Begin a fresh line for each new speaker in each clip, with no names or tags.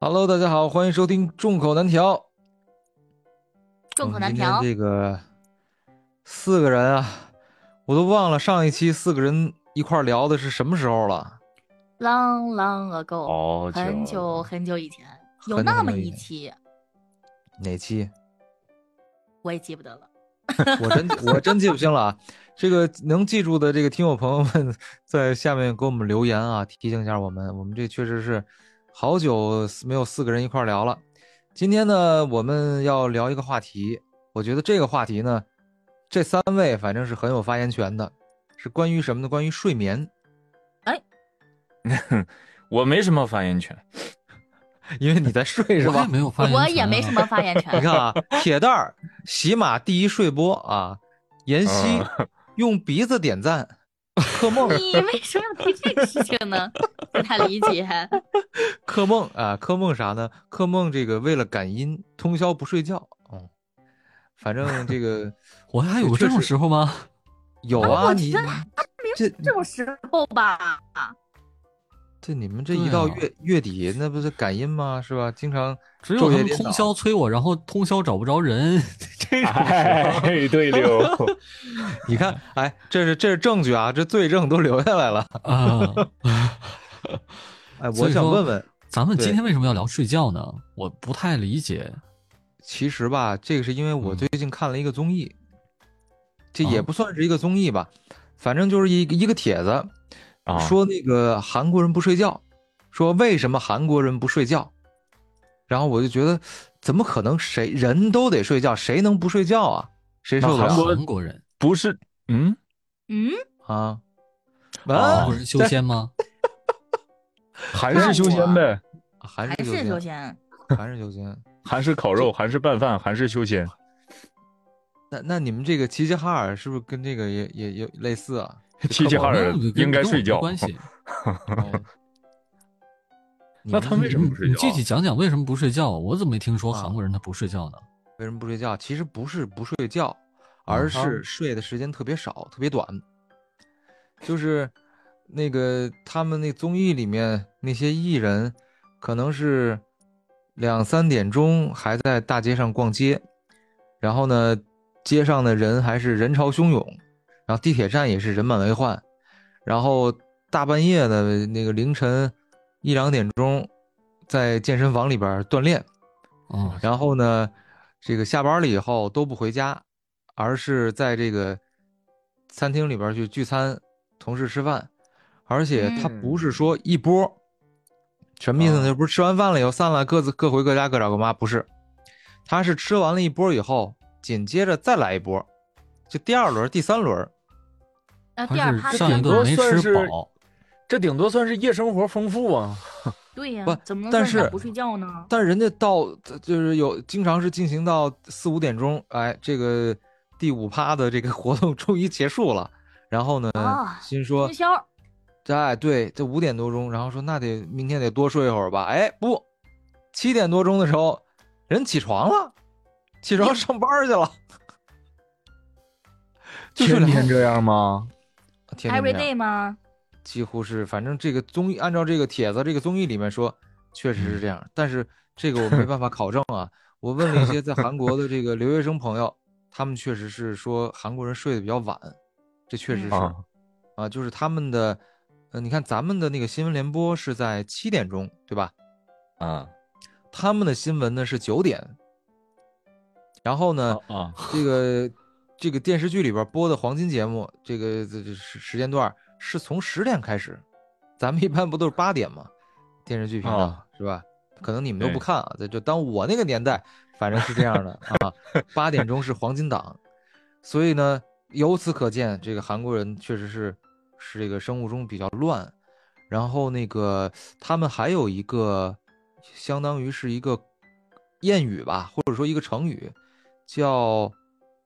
Hello，大家好，欢迎收听众口难调。我
众口
们
难
嗯今天
调，
这个四个人啊，我都忘了上一期四个人一块儿聊的是什么时候了。
long long ago，
好久
很久
了
很久以前，有
很久
那
很
么
久以
一
前
期，
哪期？
我也记不得了。
我真我真记不清了啊。这个能记住的这个听友朋友们，在下面给我们留言啊，提醒一下我们，我们这确实是好久没有四个人一块儿聊了。今天呢，我们要聊一个话题，我觉得这个话题呢，这三位反正是很有发言权的，是关于什么呢？关于睡眠，
我没什么发言权，
因为你在睡是
我也
吧？
没有发言、
我也没什。么 发言
你
权。
看啊，铁蛋儿喜马第一睡播啊，妍希
嗯
用鼻子点 赞，克梦
你为什么要提这个事情呢？不太理解。
克梦啊，克梦啥呢？克梦这个为了赶阴，通宵不睡觉。嗯，反正这 个
我还有过这种时 候吗？
有
啊
啊，
我
你
觉得
这
这种时候吧，
这你们这一
对
到
啊
月月底，那不是赶阴吗？是吧？经常
只有
昼
他
夜
们
颠倒
通宵催我，然后通宵找不着人， 这种
哎，对溜，
你看，哎，这是这是证据啊，这罪证都留下来了。
啊。
哎，
所
我
以
想
说
问问，
咱们今
对
天为什么要聊睡觉呢？我不太理解。
其实吧，这个是因为我
嗯
最近看了一个综艺，这
啊
也
哦
不算是一个综艺吧，反正就是一个一个帖子，
啊，
说那个韩国人不睡觉，说为什么韩国人不睡觉？然后我就觉得，怎么可能谁人都得睡觉，谁能不睡觉啊？谁受得
那韩
了
国
韩国人，
不是，嗯，
嗯，
啊？
韩
啊
国，人修仙吗？
韩式修仙呗，
韩
还
式
是
修
首
仙，
先，
韩式修仙。
韩式烤肉，韩式拌饭，韩式修仙，
那那你们这个齐齐哈尔是不是跟这个也也也类似 啊？
齐齐哈尔人
我跟
应该睡觉
跟我没关系。
哦你
那
们
他为什么不睡觉啊
你具体讲讲为什么不睡觉？啊我怎么没听说韩国人他不睡觉呢？
为什么不睡觉？其实不是不睡觉，而是睡的时间特别少，特别短。就是那个他们那综艺里面那些艺人，可能是两三点钟还在大街上逛街，然后呢，街上的人还是人潮汹涌，然后地铁站也是人满为患，然后大半夜的那个凌晨一两点钟，在健身房里边儿锻炼。
嗯，
然后呢，这个下班了以后都不回家，而是在这个餐厅里边去聚餐，同事吃饭，而且他不是说一波，什么意思呢？
啊
就不是吃完饭了以后散了，各自各回各家，各找各妈，不是，他是吃完了一波以后，紧接着再来一波，就第二轮、第三轮，
那第
他
二
是
趴
上一顿没吃饱，
这顶多算是夜生活丰富啊。
对呀
不，
怎么能
但
算上
是
不睡觉呢？
但人家到就是有经常是进行到四五点钟，哎，这个第五趴的这个活动 终于结束了，然后呢，
啊
心说
通宵，
哎，对，这五点多钟，然后说那得明天得多睡一会儿吧。哎，不，七点多钟的时候，人起床了，起床 上班去了，就睡
天
两
天这样吗？
天天
every
这样
day 吗？
几乎是，反正这个综艺按照这个帖子这个综艺里面说，确实
嗯
是这样，但是这个我没办法考证啊。我问了一些在韩国的这个留学生朋友，他们确实是说韩国人睡得比较晚，这确实是、
嗯
啊，
啊，就是他们的，呃，你看咱们的那个新闻联播是在七点钟，对吧？
啊
他们的新闻呢是九点，然后呢，
啊，
这个这个电视剧里边播的黄金节目，这个这这时时间段是从十点开始，咱们一般不都是八点吗？电视剧频道、
啊
是吧？可能你们都
对
不看啊，这就当我那个年代，反正是这样的啊。八点钟是黄金档，所以呢，由此可见，这个韩国人确实是是这个生物钟比较乱。然后那个他们还有一个，相当于是一个谚语吧，或者说一个成语，叫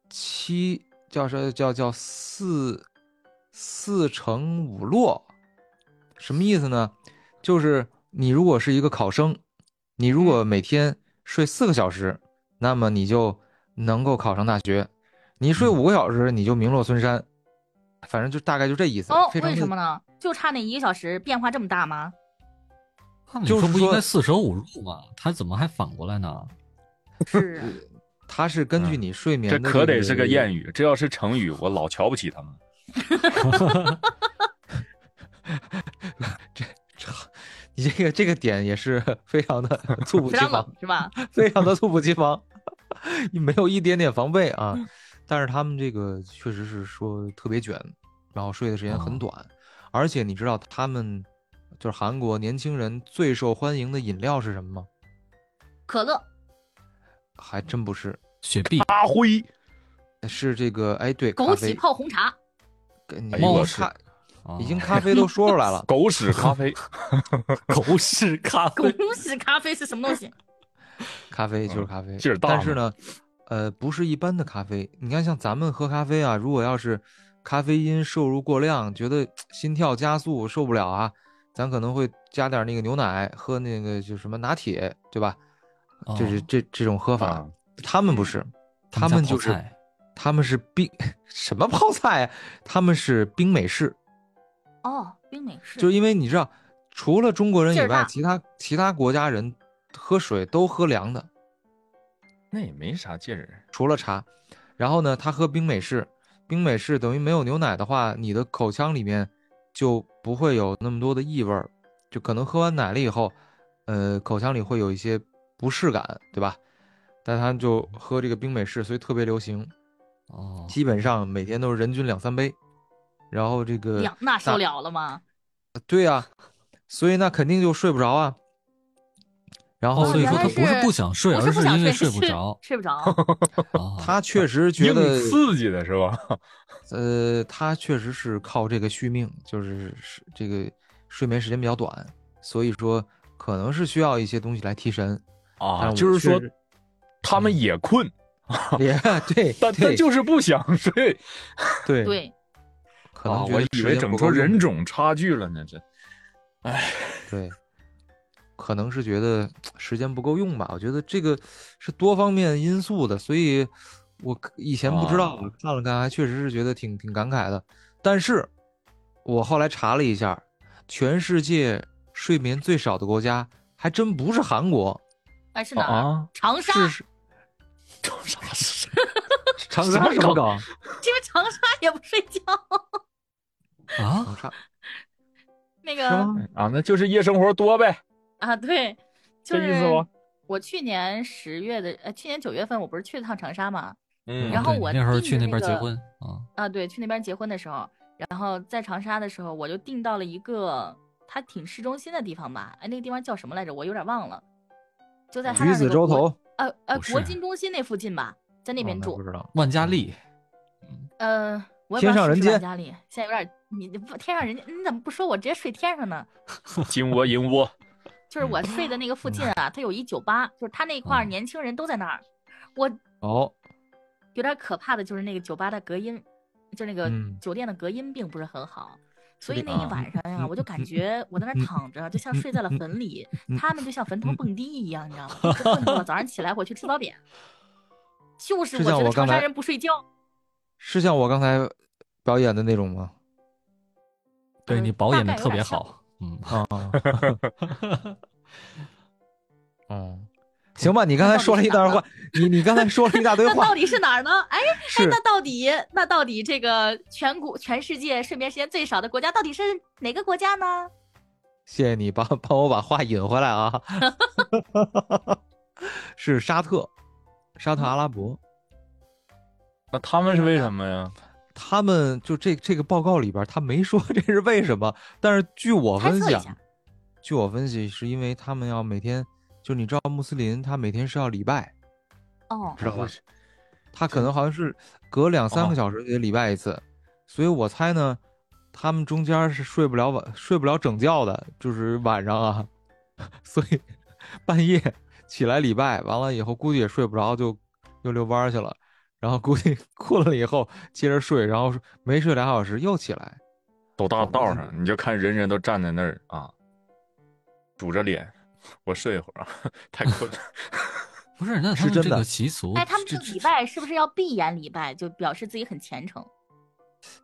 七叫什叫叫四四乘五落，什么意思呢？就是你如果是一个考生，你如
嗯
果每天睡四个小时，那么你就能够考上大学；你睡
嗯
五个小时，你就名落孙山。反正就大概就这意思。
哦，
非常
为
的
什么呢？就差那一个小时变化这么大吗？
按理
就是
说不应
说
该四舍五入吗？他怎么还反过来呢？
是啊，
它是根据
嗯
你睡眠
这
的、
可得是个谚
语。
语，这要是成语，我老瞧不起他们。
你这个这个点也是 非常的猝不
非
及
常
防
冷，是吧？
非常的猝不及防， 你没有一点点防备啊。但是他们这个确实是说特别卷，然后睡的时间很
哦
短，而且你知道他们就是韩国年轻人最受欢迎的饮料是什么吗？
可乐
还真不是，
雪碧、
阿辉，
是这个哎对，咖
枸杞
啡，
泡红茶，
你
哎
已经
我
是，
咖
啊
已经咖啡都说出来了
狗屎咖 啡，
狗屎咖
枸
啡。
杞咖啡是什么东西？
咖啡就是咖啡，
嗯劲儿大
但是
嘛
呢，呃，不是一般的咖啡。你看，像咱们喝咖啡啊，如果要是咖啡因摄入过量，觉得心跳加速受不了啊，咱可能会加点那个牛奶，喝那个就什么拿铁，对吧？这是
哦
这这种喝法
啊。
他们不是，他
家
们
泡
就是
菜
他们是冰 什么泡菜啊，他们是冰美式，
哦，冰美式，
就是因为你知道，除了中国人
劲
以
儿
外
大，
其他其他国家人喝水都喝凉的。
那也没啥劲儿。
除了茶，然后呢，他喝冰美式，冰美式等于没有牛奶的话，你的口腔里面就不会有那么多的异味儿，就可能喝完奶了以后，呃，口腔里会有一些不适感，对吧？但他就喝这个冰美式，所以特别流行，
哦，
基本上每天都是人均两三杯，然后这个
两那受
大
了了吗？
对啊，所以那肯定就睡不着啊。然后
哦所以
哦原来
说他不
是
是不想睡，
不
而
不
因
想
为
睡
睡不
是。
着
睡不着。
哦
他确实觉
硬
得
刺激的是吧？
呃，他确实是靠这个续命，就是是这个睡眠时间比较短，所以说可能是需要一些东西来提 神。但
啊，
我
就是说
确实
他们也困，
也对，
但但
对
就是不想睡。
对，
对，
可
啊，
能觉
我
得
以
时
为
间
整
不
出
够用
人种差距了呢，这
对，可能是觉得时间不够用吧。我觉得这个是多方面因素的，所以我以前不知道，
啊
看了看，还确实是觉得挺挺感慨的。但是我后来查了一下，全世界睡眠最少的国家还真不是韩国，
哎是哪
啊
儿？，
啊
长沙，
是是
长啥是
长
沙什么
梗？
因为长沙也不睡觉。
长
啊，
沙
那
是
个
吗？
啊？那就是夜生活多呗，
啊，对，就
这意
是
思不？
我去年十月的，呃，去年九月份我不是去了趟长沙嘛？
嗯
然后
对
我
那时候
订
去
的
那
那
边结
个
婚啊，
啊，对，去那边结婚的时候，然后在长沙的时候，我就订到了一个它挺市中心的地方吧，哎，那个地方叫什么来着？我有点忘了，就
嗯
在他
鱼
那儿那
子
个
洲
国
头，
呃呃，
不
国
是
金中心那附近吧，在那
哦那
边
不
住。
知道。
万家丽
呃，我也
天
不知
上
道
人
是不是
间
万家丽，现在有点你你不天上人家，你怎么不说我直接睡天上呢？
金窝银窝，
嗯
就是我睡的那个附近啊，它有一酒吧，就是它那块儿
嗯
年轻人都在那儿。我
哦，
有点可怕的就是那个酒吧的隔音，就那个
嗯
酒店的隔音并不是很好，所
是
以
的
那一
啊
晚上呀、我就感觉我在那
嗯
儿躺着，就像睡在了坟里
嗯，
他们就像坟头蹦迪一样，你知道吗？就蹦到了早上起来我去吃 早点，就是
是
我
像
觉得
我刚
长沙
才
人不睡觉，
是像我刚才表演的那种吗？哦
对你
呃
保
大
演的
概有
特
点
别
像
好，嗯，
啊，嗯，行吧，你刚才说了一大堆话，你你刚才说了一大堆
那
话
到，底是哪儿呢？哎，哎
是，
那到底那到底这个全国全世界睡眠时间最少的国家到底是哪个国家呢？
谢谢你帮 帮我把话引回来啊， 是沙特，沙特阿拉伯，
那他们是为什么呀？
他们就这这个报告里边他没说这是为什么，但是据我分
猜测
析
一
啊
下，
据我分析是因为他们要每天，就你知道穆斯林他每天是要礼拜，
哦，
知道吧？他可能好像是隔两三
哦
个小时得礼拜一次，所以我猜呢，他们中间是睡不了晚，睡不了整觉的，就是晚上啊， 所以 半夜起来礼拜完了以后，估计也睡不着，就又遛弯儿去了，然后估计 困了以后接着睡，然后没睡俩小时又起来，
走大道上，你就看人人都站在那儿啊，拄着脸，我睡一会儿啊，太困了。
不是，那
是
他们
真
这
的
个习俗，
哎，他们
这
这个礼拜是不是要闭眼礼拜，就表示自己很虔诚？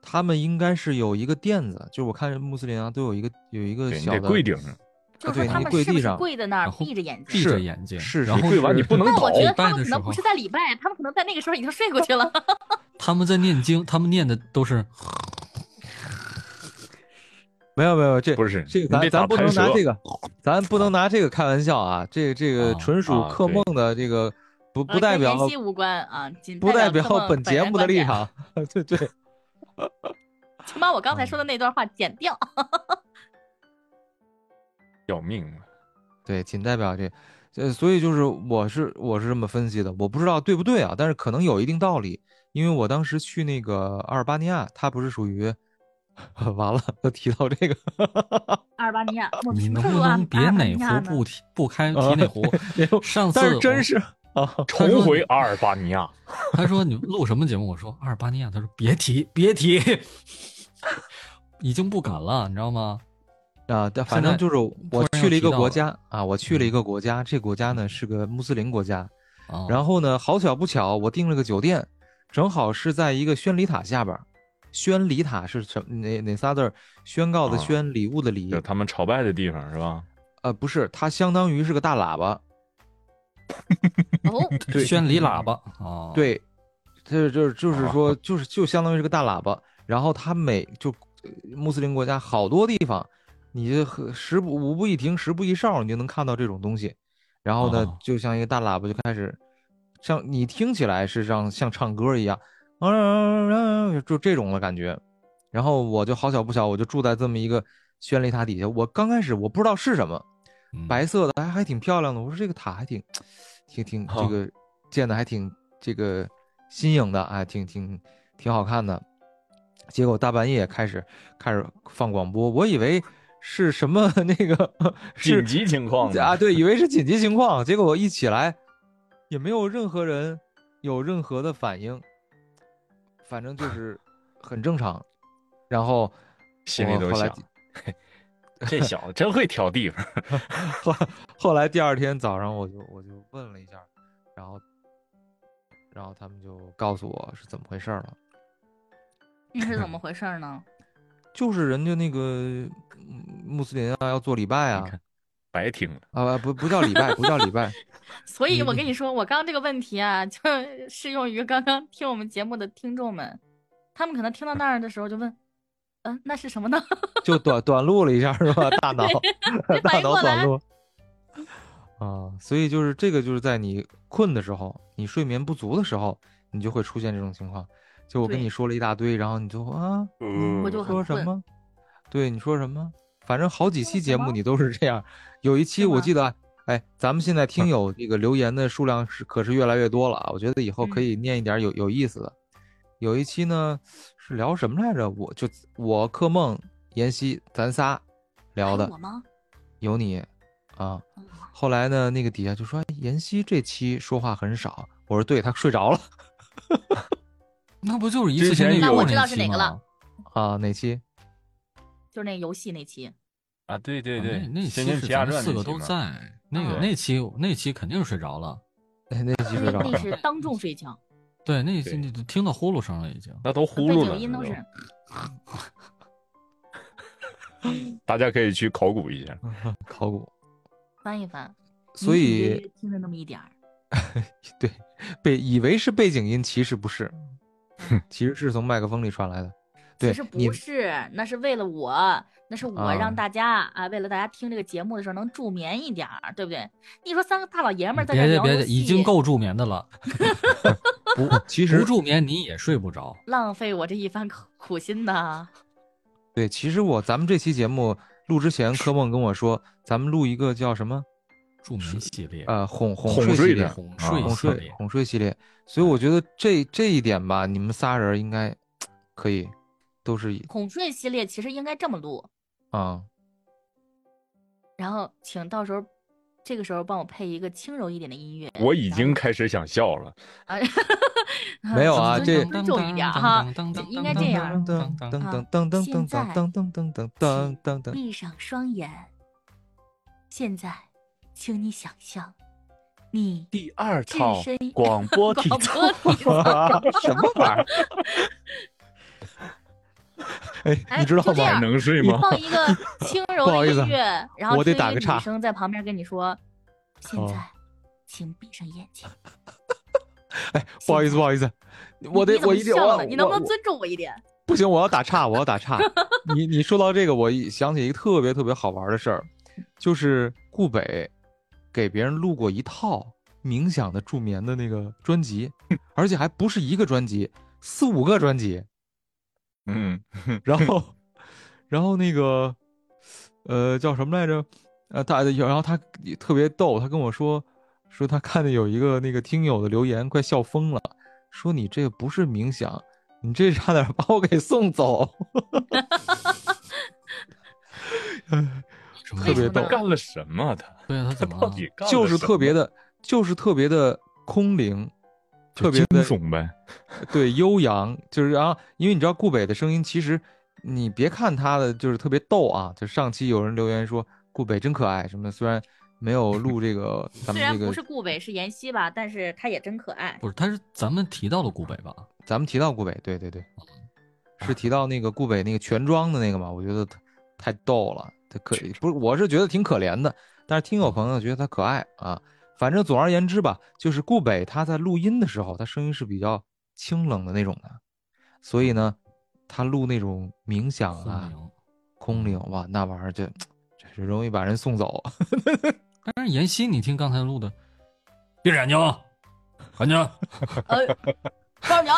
他们应该是有一个垫子，就是我看穆斯林啊都有一个有一个
对你
小
得
的
跪顶上，
就是
啊对
说他
你
们
跪
是不
地
是
上
跪在那儿
然后
闭着眼
闭
睛？
着
是
眼睛，
是
然
是
后
跪完
是
你不能
那我觉得
礼拜
他们
的
可
时
能不
候
是在礼拜，他们可能在那个时候已经睡过去了。
他们在念经，他们念的都是
没有没有这
不是
这个
你
咱
得打
咱不能
弹
拿
舌
这 个，咱不能拿这个开玩笑啊，这个这个
啊
纯属
啊
克
对
梦的这个 不
呃
不代
跟
表
妍希无关啊，仅
不代表
表特么
本节
人
目的
观点
立。场，对对。
请把我刚
嗯
才说的那段话剪掉。
要命啊！
对，仅代表这，呃，所以就是我是我是这么分析的，我不知道对不对啊，但是可能有一定道理，因为我当时去那个阿尔巴尼亚，它不是属于， 完了又提到这个，
阿尔巴尼亚，我
你
们
能
什么时
不
候啊
能别
阿尔巴
哪
尼亚
壶
呢
不提不开
啊
提哪 壶？上次
但是
我
真是 啊，
他说
重回阿尔巴尼亚，
他说你录什么节目？我说阿尔巴尼亚，他说别提别提， 已经不敢了，你知道吗？
啊，但反
现
正
在
就是
突
我
然又
去了一
提
个
到
国
了嗯
家啊，我去了一个国家，这国家呢是个穆斯林国家，
哦
啊，
然后呢，好巧不巧，我订了个酒店，正好是在一个宣礼塔下边儿。宣礼塔是什哪哪仨字儿？宣告的
啊
宣，礼物的礼，
就是他们朝拜的地方是吧？
呃，不是，它相当于是个大喇叭，
哦，
对
宣礼喇叭啊，，
对，这这就是
哦
说，就是就相当于是个大喇叭。然后它每就呃穆斯林国家好多地方，你就和十步五步一停，十步一哨，你就能看到这种东西。然后呢
哦，
就像一个大喇叭就开始，像你听起来是像像唱歌一样，啊啊啊，就这种的感觉。然后我就好巧不巧，我就住在这么一个宣礼塔底下。我刚开始我不知道是什么，
嗯
白色的，还还挺漂亮的。我说这个塔还挺，挺挺这
哦
个建的还挺这个新颖的，哎，挺挺挺好看的。结果大半夜开始开始放广播，我以为是什么 那个是
紧急情况呢
啊，对，以为是紧急情 况。结果我一起来，也没有任何人有任何的反应，反正就是很正常。然后
心里
我
都
后来
想，这小子真会挑地方。
后后来第二天早上，我就我就问了一下，然后然后他们就告诉我是怎么回事儿了，
那是怎么回事儿呢？
就是人家那个嗯穆斯林啊要做礼拜啊
你看，白听了，
啊不不叫礼拜，不叫礼拜，
所以我
你
跟你说，我刚刚这个问题啊，就适用于刚刚听我们节目的听众们，他们可能听到那儿的时候就问，嗯、那是什么呢？
就短短路了一下是吧？大 脑
没
大
反应
脑
过
短
来
路啊，所以就是这个就是在你困的时候，你睡眠不足的时候，你就会出现这种情况。就我跟
对
你说了一大堆，然后你就啊，
嗯我就很
说什
困
么？对，你说什么？反正好几
说
期
什
节目
么
你都是这样。有一期
是
我
吗嗯
记得，哎，咱们现在听友这个留言的数量是可是越来越多了啊！我觉得以后可
嗯
以念一点有有意思的。有一期呢是聊什么来着？我就我克梦、妍希，咱仨聊
还有
的
我，吗？
有你啊
嗯。
后来呢，那个底下就说哎妍希这期说话很少，我说对，她睡着了
那不就是一
之
次性
前
内
有
购
那我知
道
期
是哪个
吗
了
啊
啊。哪期？
就是那游戏那期，
啊，对对对
那，那
仙
期
剑
是
奇侠
咱们
传
四
那
个
期
都
嘛
在，那个
嗯
那期那期肯定是睡着了，
那那期
那
睡着
那
了。
是当众睡觉，
对，那期
对
你听到呼噜声了已经。
那都呼
背
噜
景
了，
音
那
都是。
大家可以去考古一下。
考古。
翻一翻，
所
隐隐约
以
约听着那么一点儿。
对，背以为是背景音，其实不是， 其实是从麦克风里传来的。对
嗯其实，
你
不是，那是为了我，那是我
啊
让大家啊，为了大家听这个节目的时候能助眠一点儿，对不对？你说三个大老爷们儿在这
别
儿
别
聊游
别，
戏，
已经够助眠的了，
不， 其
不
实
助眠你也睡不着。
浪费我这一番苦苦心呐。
对，其实我咱们这期节目录之前，柯梦跟我说，咱们录一个叫什么？
助眠系
哎
列，
呃，哄哄
哄
睡系
睡
列
的，
哄
啊
睡
哄
系
睡
列
哄睡系列。所以
嗯
我觉得这这一点吧，你们仨人应该可以，都是
哄睡系列其实应该这么录，
啊、
然后请到时候这个时候帮我配一个轻柔一点的音乐。
我已经开始想笑了，
啊，嗯
没有啊
尊
这
尊重一点儿哈。应该这样
噔
嗯
噔噔噔噔噔噔噔噔噔噔噔噔噔噔。
闭上双眼，现在，请你想象，你哦
第二
置
套
身
广播体
广
操，
播体操。
什么玩意儿？哎，你知道
就这
吗？
样
能睡
你
吗？
放一个 轻柔
不好
的
意思
音乐，然后
我得
听一
打个岔
女生在旁边跟你说：“现
哦
在，请闭上眼睛。
哎， 不好意思，不好意思， 我
你
得我
怎么
一定
笑
我
呢你能不
我
能尊重我一点？
不行，我要打岔，我 要打岔。你你说到这个，我一想起一个特别特别好玩的事儿，就是顾北给别人录过一套冥想的助眠的那个专辑，而且还不是一个专辑，四五个专辑。
嗯，
然后， 然后那个，呃，叫什么来着？呃，他然后他特别逗，他跟我说，说他看见有一个那个听友的留言，快笑疯了，说你这不是冥想，你这差点把我给送走。
什么
特别
意思
逗
干了什么？他
对啊，他
他
怎么
到
了？
底干了
就是
什
特别
么
的，就是特别的空灵，
就
特别的
惊悚呗。
对悠扬，就是然后因为你知道顾北的声音，其实你别看他的就是特别逗啊，就上期有人留言说顾北真可爱什么的，虽然没有录这个咱
虽
们
然
这
不
个
是顾北，是妍希吧，但是她也真可爱。
不是，他是咱们提到了顾北吧？
咱们提到顾北，对对对，
哦
是提到那个顾北那个全装的那个嘛？我觉得他太逗了，他可不是，我是觉得挺可怜的，但是
嗯
听有朋友觉得他可爱啊。反正总而言之吧，就是顾北他在录音的时候，他声音是比较清冷的那种的，所以呢，他录那种冥想
嗯空
啊、
灵。嗯
空灵哇，那玩意儿就这是容易把人送走。
但是妍希，你听刚才录的，闭着眼睛，感觉
呃，张强，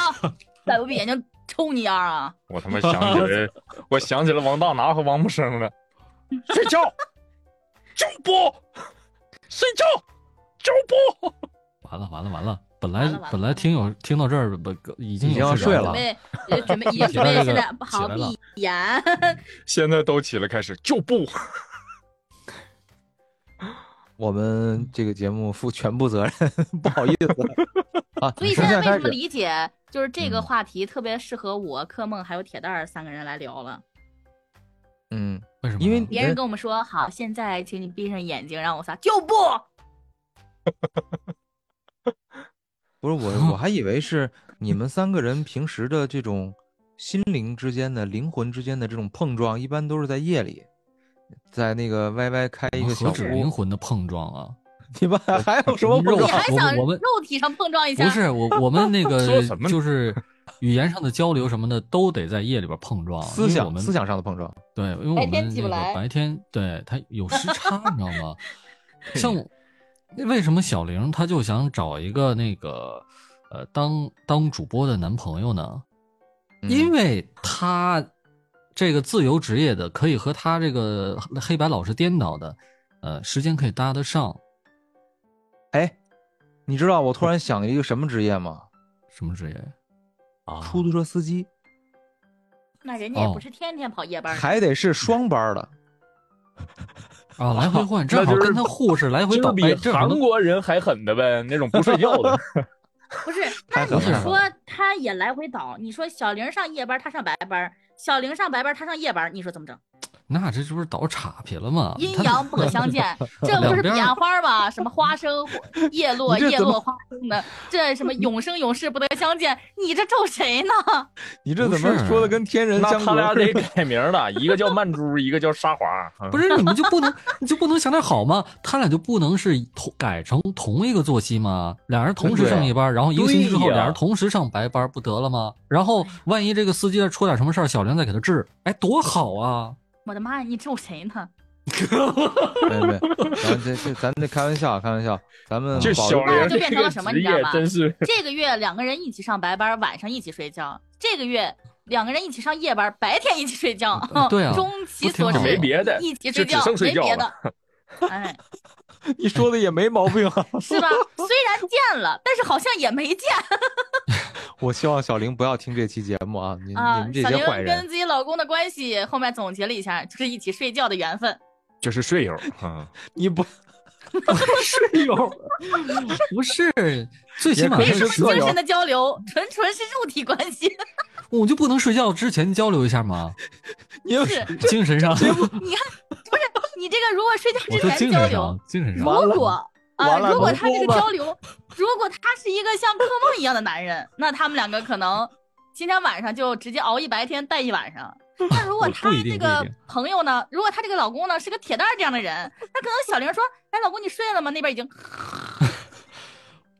再不闭眼睛抽你一样啊！
我他妈想起来，我想起来王大拿和王木生 了。睡觉，就不睡觉，就不。
完了完了完了。本
完
来
了完了
本来听友听到这儿，不已经
已经要睡了
准
着
备呃准备已经
啊起来
准备
了
现在
起来
好
了
闭眼。
现在都起来开始就不。
我
嗯
们这个节目负全部责任， 不好 意思啊。
所以
从
现在为
开
什
始
么理解，就是这个
嗯
话题特别适合我、柯梦还有铁蛋儿三个人来聊了。
嗯，
为什么呢？
因为
别人跟我们说好，现在请你闭上眼睛，让我仨就不。
不是我，我还以为是你们三个人平时的这种心灵之间的、灵魂之间的这种碰撞，一般都是在夜里，在那个 YY 开一
我
个
们
小
何止
屋
灵，魂的碰撞啊！
你们还还有什么碰
你
肉啊
撞？
还想
我我们
肉体上碰撞一下？
不是我，我们 那
说
个
什么呢
就是语言上的交流什么的，都得在夜里边碰撞。啊因
思
为我
想
们
思想上的碰撞，
对，因为我
白
们
天起
那
不
个
来
白天对它有 时差，你知道 吗？像我为什么小玲她就想找一个那个呃当当主播的男朋友呢？因
为
为她这个自由职业的，可以和她这个黑白老师颠倒的，呃，时间可以搭得上。
哎，你知道我突然想一个什么职业
啊
吗？
什么职业？啊
出租车司机，
那人家也
哦
不是天天跑夜
哎
班儿的，
还得是双班 的。
啊，来 回换，正
那
好
就是
跟他护士来回
就是
倒
比
掰，正好
韩
能
国人还狠的呗，那种不睡觉的。
不是？
太
那
狠
你
了
说他也来回倒，你说小玲上夜班，他上白班儿；小玲上白班，他上夜班儿，你说怎么整？
那这这不是倒岔劈了吗？
阴
他
阳不可 相见，这不是彼岸花吗？什么花生叶落，
你这
叶
怎么
落花生的，这什么永生永世不得相见，你这咒谁呢？
你这
不
怎么
是
说的跟天人
那
相
他俩
隔？
得改名了，一个叫曼珠，一个叫沙华。
不是你们就不能你就不能想点好吗？他俩就不能是同改成同一个作息吗？俩人同时上夜班，然后一个星期之后
对呀
俩人同时上白班，不得了吗？然后万一这个司机再出点什么事儿，小玲再给他治，哎，多好啊！
我的妈呀，你咒谁呢？
没有没有，咱这这咱这开玩笑，开玩笑，咱们
嗯这
保
小
留
玲
那就变成了什么你知
这个职
道
业
吧
真 是
这个月两个人一起上白班，晚上一起睡觉；这个月两个人一起上夜班，白天一起睡觉。
嗯对啊
终其所
不挺
至，
好的
没别的
一起
就
睡
只
觉，
剩睡
没
觉
别的
了。。
哎，
你说的也没毛病啊。
是吧？虽然见了，但是好像也没见
我希望小玲不要听这期节目啊！你、
啊
你们。这
小
些
玲
坏人
跟，自己老公的关系，后面总结了一下，就是一起睡觉的缘分。
这是睡 友。嗯，
你不
室友不是最起码
也
没
可以
什
是
么
舍
精
友
神的交流，纯纯是肉体关系。
我就不能睡觉之前交流一下吗？
你又
是
精神上，
你看，不是你这个，如果睡觉
我
之
说
前
精
交
神
流
上，，精神
如
上。
果啊、
完了
如果
能
他这个
播吗
交流，如果他是一个像柯梦一样的男人，那他们两个可能今天晚上就直接熬一白天，带一晚上。那如果
不
她
不一
这
定不一
个
定
朋友呢，如果她这个老公呢是个铁蛋儿这样的人，那可能小玲说：“哎，老公你睡了吗？”那边已经，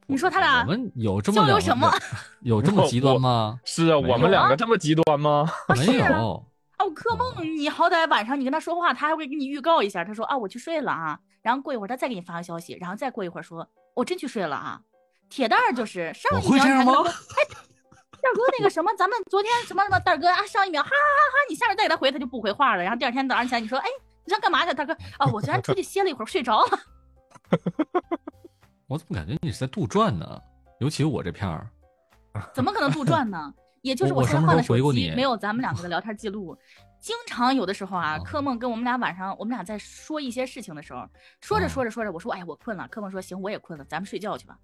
你说他
我
俩
们有这
交
么
流
两
啊什么
个 有这么极端吗？
是啊，
没有
我们两个这么极端吗？
没
是啊
有，
啊，我做
哦
梦，你好歹晚上你跟他说话，他还会给你预告一下，他说啊我去睡了啊，然后过一会儿他再给你发个消息，然后再过一会儿说我真去睡了啊。铁蛋儿就是上
我
一
会
秒
这
你还
样
跟他说
吗
哎，大哥那个什么，咱们昨天什么什么，大哥啊上一秒哈哈哈哈，你下面再给他回他就不回话了，然后第二天早上起来你说哎你想干嘛去？大哥啊我昨天出去歇了一会儿睡着了，
我怎么感觉你是在杜撰呢？尤其我这片儿，
怎么可能杜撰呢？也就是
我我
现在
什么
换
时
了
候回
手
过
机，
你
没有咱们两个的聊天记录。经常有的时候啊，
哦
柯梦跟我们俩晚上，我们俩在说一些事情的时候，说着
哦
说着说着，我说哎呀我困了，柯梦说行我也困了，咱们睡觉去吧。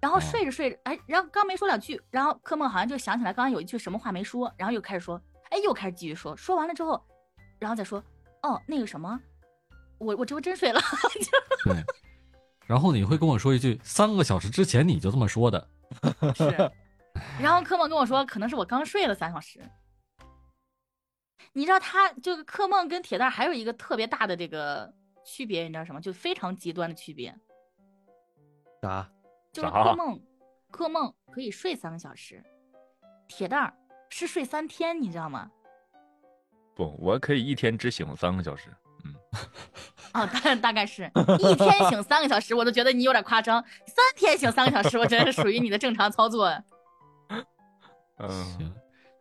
然后
哦
睡着睡着，哎，然后刚没说两句，然后柯梦好像就想起来刚刚有一句什么话没说，然后又开始说，哎，又开始继续说，说完了之后，然后再说，哦，那个什么，我我这不真睡了，
对， 然后你会跟我说一句，三个小时之前你就这么说的，
是。然后柯梦跟我说，可能是我刚睡了三小时。你知道他就是柯梦跟铁蛋儿还有一个特别大的这个区别，你知道什么？就非常极端的区别，
啥？
就是
啥
啊
柯梦，柯梦可以睡三个小时，铁蛋儿是睡三天，你知道吗？
不，我可以一天只醒三个小时。
哦，大大概是一天醒三个小时，我都觉得你有点夸张。三天醒三个小时，我觉得是属于你的正常操作。
嗯，
行，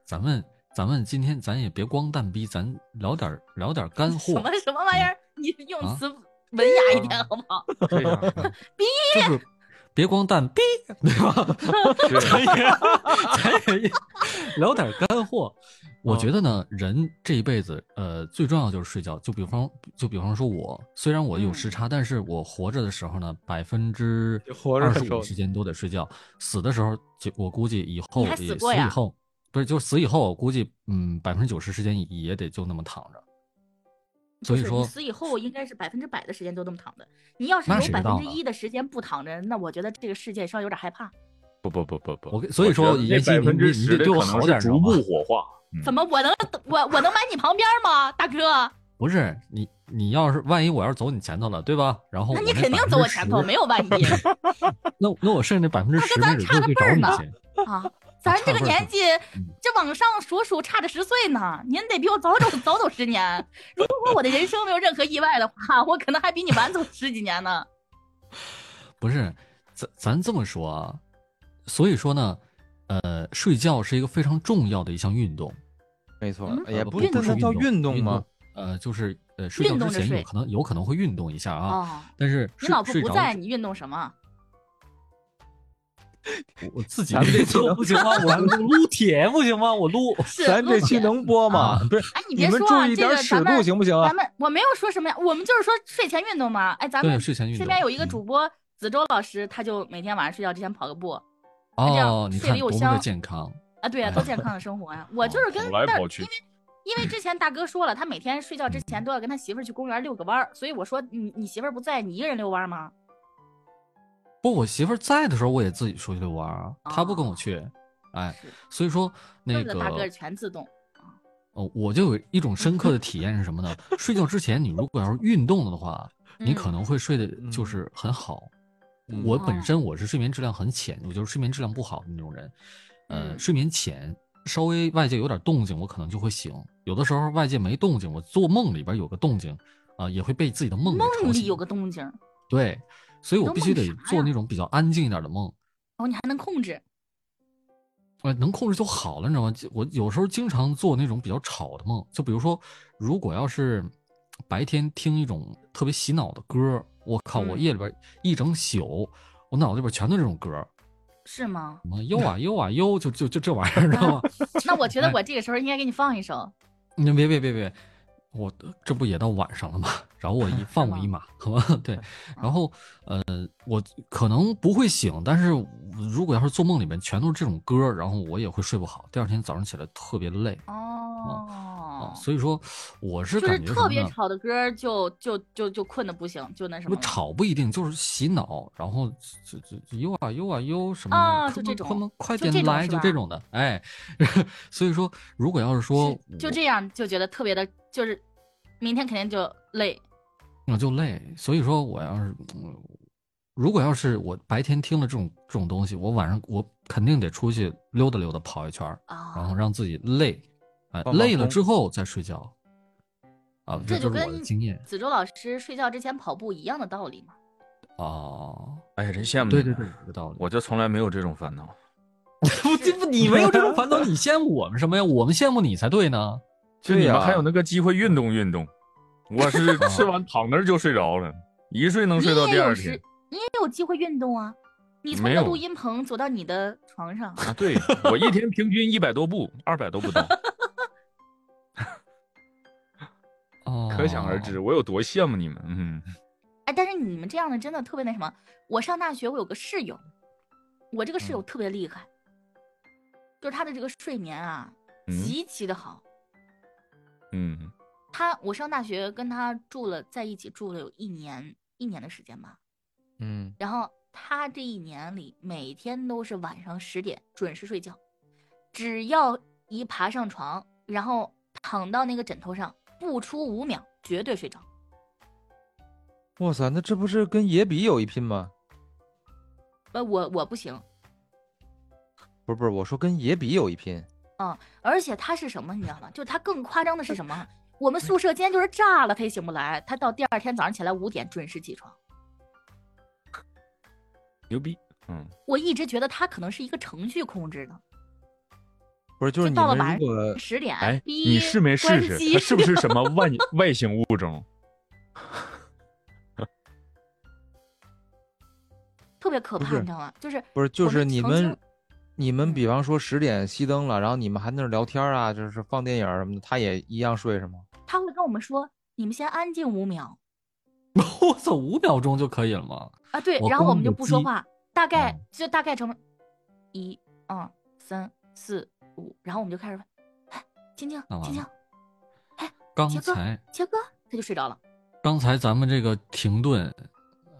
咱们咱们今天咱也别光蛋逼，咱聊点儿聊点儿干
什
货
么，什么玩意儿？你用
啊
词文雅一点好不好？
这样
啊
就是别光蛋逼，对吧？咱
是
也咱也 聊点儿干货。我
嗯
觉得呢，人这一辈子，呃，最重要就是睡觉。就比方，就比方说我，虽然我有
嗯
时差，但是我活着的时候呢，百分之
活着
二
的
十
时候
五时间都得睡觉。死的时候，就我估计以后
你还死
也
过
死以
呀
后，不是就是死以后，我估计嗯，百分之九十时间也得就那么躺着。所以
不是
说
你，死以后应该是百分之百的时间都这么躺着。你要是
那
有
谁
百
知道
分
啊
之一的时间不躺着，那我觉得这个世界稍微有点害怕。
不不不不不，
我跟所以说
我觉得
妍希
这百
你
分之
你你
十
得
的
对我
可能
好
是
点儿
逐步
知道吗
火化。嗯
怎么我能我我能买你旁边吗，大哥？
不是你你要是万一我要是走你前头了，对吧？然后
那
我
你肯定走我前头，
10%
没有万一啊
那那我剩下那百分之十，
那跟
没
咱
准
差
就
个
去
辈
找
儿
你
呢
去。
啊！咱这个年纪
嗯，
这往上数数差着十岁呢，您得比我早走早走十年。如果我的人生没有任何意外的话，我可能还比你晚走十几年呢。
不是，咱咱这么说啊，所以说呢，呃，睡觉是一个非常重要的一项运动。
没错
嗯，
哎也
呃
不
是
是，但
是
它叫运动
动
吗？？
呃，就是呃，睡觉
运动
之
着
前有
睡
可能有可能会运动一下啊，
哦，
但是
你
睡
老婆
睡
不
着
在，你运动什么？
我我自己
咱们这期
做
能
不行吗？我撸哦撸铁不行吗？我 撸
是
咱
撸
这期
铁
能播吗
啊？
不是，
哎，你
你
别
们
说
注
啊，
意
这
点
个
尺
咱
度
们
行不行啊
咱？们我没有说什么呀，我们就是说睡前运动嘛。哎，咱
对
们
睡前运动
身边有一个
嗯
主播子周老师，他就每天晚上睡觉之前跑个步这样
哦，你
哎睡
看
得又
多么的
香
健康。
啊，对呀，多健康的生活呀！ 我就是跟
跑来
那儿
跑去
因为因为之前大哥说了，他每天睡觉之前都要跟他媳妇儿去公园遛个弯儿，所以我说你你媳妇儿不在，你一个人遛弯儿吗？
不，我媳妇儿在的时候，我也自己出去遛弯儿啊，她不跟
哦
我去，哎
是，
所以说那
恨不
个
得大哥是全自动，
哦，我就有一种深刻的体验是什么呢？ 睡觉之前，你如果要是运动的话，你可
嗯
能会睡得就
嗯
是很好。
嗯
我
哦
本身我是睡眠质量很浅，我就是睡眠质量不好的那种人，呃，
嗯
睡眠浅，稍微外界有点动静，我可能就会醒。有的时候外界没动静，我做梦里边有个动静，啊、也会被自己的梦给吵
梦里
醒
有个动静儿，
对，所以
你
我
都
必须
梦
得
啥
做
呀
那种比较安静一点的梦。
哦，你还能控制，
呃，能控制就好了，你知道吗？就我有时候经常做那种比较吵的梦，就比如说，如果要是白天听一种特别洗脑的歌儿，我靠，我
嗯
夜里边一整宿，我脑子里边全都是这种歌儿，
是吗？
什么悠啊悠啊悠，就就就这玩意儿，你知道吗？
那我觉得
哎
我这个时候应该给你放一首，
你别别别别，我这不也到晚上了吗？ 饶我一放我一马， 好吗？对，然后呃，我可能不会醒，但是如果要是做梦里面全都是这种歌儿，然后我也会睡不好，第二天早上起来特别累。
哦，
啊
哦，，
所以说我是
就是
感觉什
特
么
别
呢？
吵的歌儿就就就就困的不行，就那什
不
么。
吵不一定，就是洗脑，然后就就就呦啊呦啊呦什么的，
啊
快
就
点
这
快点
种就这
快点
种
来，
是
就
吧
这种的，哎， 所以说如果要是说
是就
我
这样就觉得特别的，就是明天肯定就累。
我嗯就累，所以说我要是，嗯如果要是我白天听了这种这种东西，我晚上我肯定得出去溜达溜达，跑一圈儿，
啊，
然后让自己累，哎，
放放
累了
空
之后再睡觉，啊，
这
这
就
就是我
跟
的经验
子舟老师睡觉之前跑步一样的道理嘛。
哦，
哎呀，真羡慕。
对对对，，有道理。
我就从来没有这种烦恼。
我这 不你没有这种烦恼，你羡慕我们什么呀？我们羡慕你才对呢。
就
对
你们
呀
还有那个机会运动运动，我是
啊
吃完躺那儿就睡着了，一睡能
你
睡到
也
第
有
二天
时，你也有机会运动啊。你从
没
那
有
录音棚走到你的床上，
啊！对我一天平均一百多步，二百都不到，
哦，
可想而知。我有多羡慕你们。嗯，
哎，但是你们这样的真的特别那什么。我上大学，我有个室友，我这个
嗯
室友特别厉害，就是他的这个睡眠啊，
嗯
极其的好。
嗯，
他我上大学跟他住了在一起住了有一年一年的时间吧，
嗯，
然后他这一年里每天都是晚上十点准时睡觉，只要一爬上床，然后躺到那个枕头上，不出五秒绝对睡着。
哇塞，那这不是跟野比有一拼吗？
呃，我我不行，
不是不是，我说跟野比有一拼。
而且他是什么，你知道吗？就是他更夸张的是什么？我们宿舍今天就是炸了，他也醒不来，他到第二天早上起来五点准时起床。
牛逼。嗯，
我一直觉得他可能是一个程序控制的，
不是，就是
就
你
到了
们
晚
如果
上十点，
哎，
哔
你试没
关
试试？
机
它是不是什么外 外星物种？
特别可
不
怕，
是
你知道吗？就是
不是就
我
是
们
你
曾
们
经，
你
嗯
们比方说十点熄灯了，然后你们还在那儿聊天啊，就是放电影儿什么的，他也一样睡是吗？
他会跟我们说：“你们先安静五秒
我操，五秒钟就可以了嘛。
啊。”对
我，
然后我
光
们就
有
不说
鸡
话，大概
嗯
就大概成一、二、三、四、五，然后我们就开始问：“哎，晶晶
那，
晶
完
晶，
刚
杰哥
才，
杰哥。”他就睡着了。
刚才咱们这个停顿，呃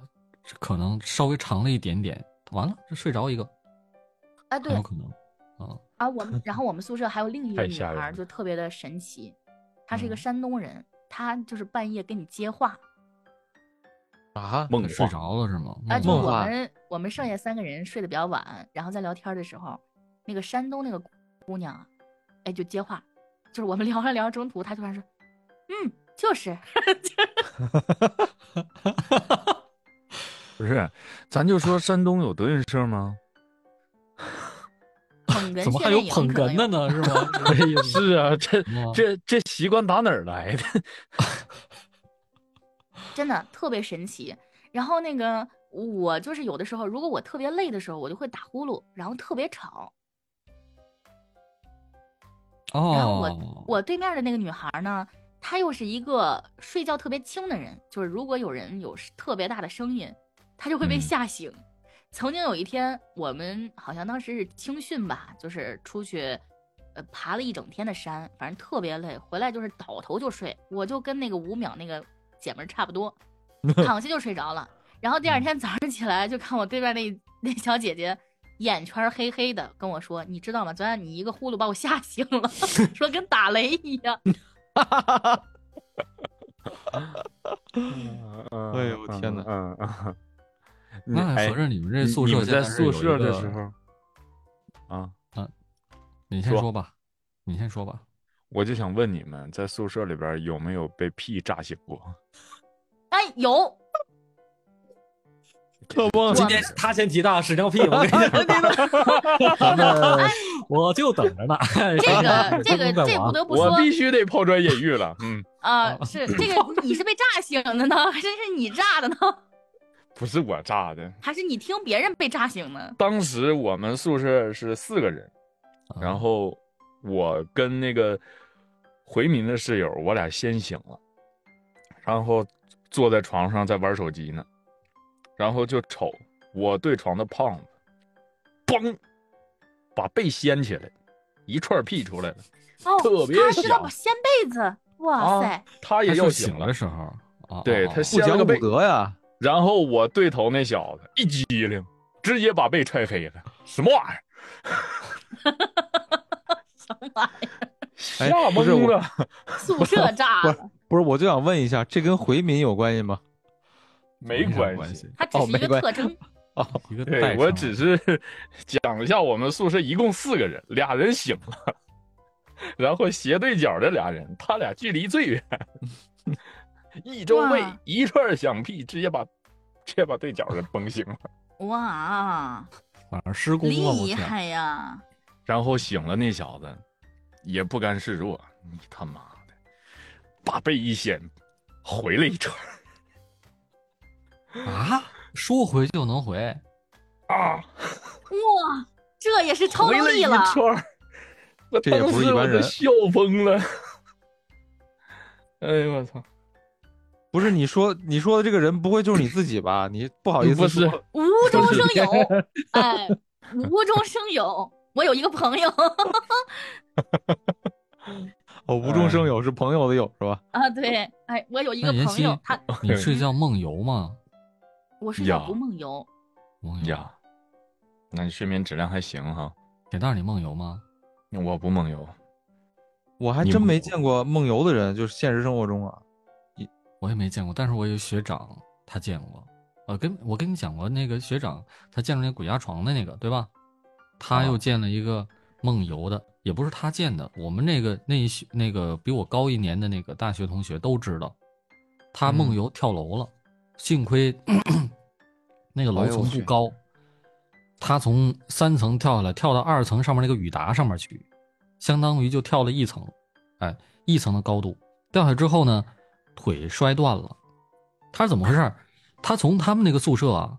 可能稍微长了一点点，完了，这睡着一个，
哎，
很
对
有可能啊。
啊，我们然后我们宿舍还有另一个
太
女
吓
孩
人
儿，
了
就特别的神奇，她是一个
嗯
山东人，她就是半夜跟你接话，
啊，
梦
睡
话。
着了是吗？
啊，就
梦
是
梦
我
话
们我们剩下三个人睡得比较晚，然后在聊天的时候，那个山东那个姑娘啊，哎就接话，就是我们 聊着聊着中途，她突然说，嗯， 就是，
不是，啊咱就说山东有德云社吗？
捧哏
怎
训
么还有
练营
捧
可能
哏的
有？
呢？是吗？ 这意思
是啊，这
吗
这这习惯打哪儿来 的？
真的特别神奇。然后那个我就是有的时候，如果我特别累的时候，我就会打呼噜，然后特别吵。然后
哦，
我对面的那个女孩呢，她又是一个睡觉特别轻的人，就是如果有人有是特别大的声音，她就会被
嗯
吓醒。曾经有一天，我们好像当时是青训吧，就是出去，呃，爬了一整天的山，反正特别累，回来就是倒头就睡，我就跟那个五秒那个姐们儿差不 多，躺下就睡着了。然后第
嗯
二天早上起来，就看我对面那那小姐姐眼圈儿黑黑的，跟我说：“你知道吗？昨天你一个呼噜把我吓醒了，说跟打雷一样。”
哎呦我天哪
嗯嗯，你
那
哎
合着你们
你
这宿
你
舍
们
现
在
是有
宿
一
舍的
个
时，候啊，
你先
说
说吧，你先说吧。
我就想问你们，在宿舍里边有没有被屁炸醒过？
哎， 有，
可不
今天
他先提到屎尿屁，我跟
呃
你讲，
咱们
我就等着呢。哎
这 个这个这不得不说
我必须得抛砖引玉了。嗯，
啊、是这 个你是被炸醒的呢，还真是你炸的呢，
不是我炸的，
还是你听别人被炸醒的？
当时我们宿舍是四个人，然后我跟那个回民的室友，我俩先醒了，然后坐在床上在玩手机呢，然后就瞅我对床的胖子，嘣，把被掀起来，一串屁出来了，
哦，
特别
他知道
小
我掀被子，
哦
哇塞
啊，他也
他
要
是
醒
醒
了
的，时候，啊，
对
啊
他
不
啊
掀了
讲
个
武
被，
德呀，
然后我对头那小子一激灵，直接把被踹飞了，什么玩意儿？
什么玩意
吓
哎不是
懵
我
了，
儿？宿舍 炸
不是
了，
不是，我就想问一下，这跟回民有关系吗？
没
啥
关
关
系。，
它只
哦
是一
没
个
关
特 征。
一个代
对我
称
只是讲一下，我们宿舍一共四个人，俩人醒了， 然后斜对角的俩人，他俩距离最远，一周
哇
被一串响屁，直接把直接把对角的崩醒了，
哇，
反正施工啊啊，我
厉
天，
害呀！
然后醒了那小子也不甘示弱，你他妈的把背一掀，回了一圈
啊，说回就 能回，
啊，
哇，这也是超
回
能
了一
力
圈
了，
儿，我
这也
当
不是
时
一般
我都
人
笑疯了， 哎呦我操！
不是，你说你说的这个人不会就是你自己吧？ 你不好意思
不是
说，
无中生 有，哎，无中生有。我有一个朋友
哦，无中生
哎
有是朋友的有是吧？
啊，对，哎，我有一
那
个
妍
朋
希
友，他，
你睡觉梦游吗？
我睡觉
呀
不梦游，
梦游，
呀，那你睡眠质量还行哈。
铁蛋儿你梦游吗？
我不梦游，
我还
你
真
梦
没
游
见过梦游的人，就是现实生活中啊。
我也没见过，但是我有学长他见过。呃，跟我跟你讲过那个学长，他见着那鬼压床的那个，对吧？
啊
他又见了一个梦游的，也不是他见的，我们那个那一学那个比我高一年的那个大学同学都知道，他
嗯
梦游跳楼了，幸亏 那个楼
哎呦我
层不
去
高，他从三层跳下来，跳到二层上面那个雨达上面去，相当于就跳了一层，哎，一层的高度。掉下之后呢，腿摔断了。他是怎么回事儿？他从他们那个宿舍啊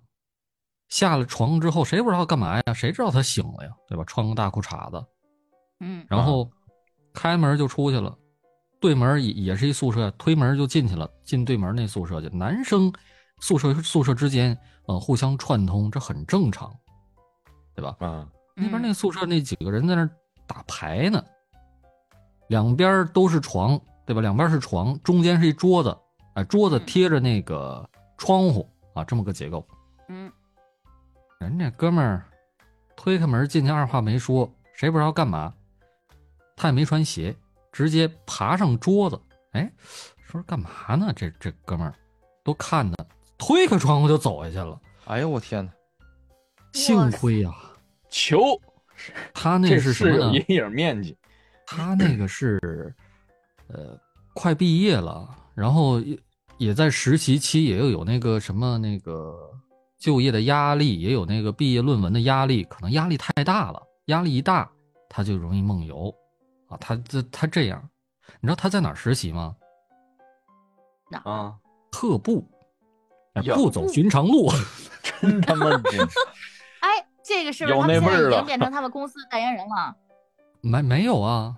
下了床之后，谁不知道干嘛呀？谁知道他醒了呀？对吧？穿个大裤衩子，
嗯，
然后开门就出去了，对门也也是一宿舍，推门就进去了，进对门那宿舍去。男生宿舍宿舍之间，呃，互相串通，这很正常，对吧？
啊，
嗯
那边那宿舍那几个人在那儿打牌呢，两边都是床，对吧？两边是床，中间是一桌子，啊，桌子
嗯
贴着那个窗户啊，这么个结构。
嗯，
人家哥们儿推开门进去，二话没说，谁不知道干嘛，他也没穿鞋，直接爬上桌子。哎，说是干嘛呢？这这哥们儿都看的，推开窗户就走下去了。
哎呦我天 哪！
幸亏呀、
球，
他那
这
是什么
有
呢？
阴影面积。
他那个是，呃，快毕业了，然后也也在实习期，也有有那个什么那个就业的压力，也有那个毕业论文的压力，可能压力太大了，压力一大，他就容易梦游，啊，他这他这样，你知道他在哪儿实习吗？
哪儿
啊，
特步，哎
呀
不走寻常路，
真他妈的
哎，这个是不是
有
他们
那
现在
味儿
已经
了
变成他们公司代言人了？
没没有啊？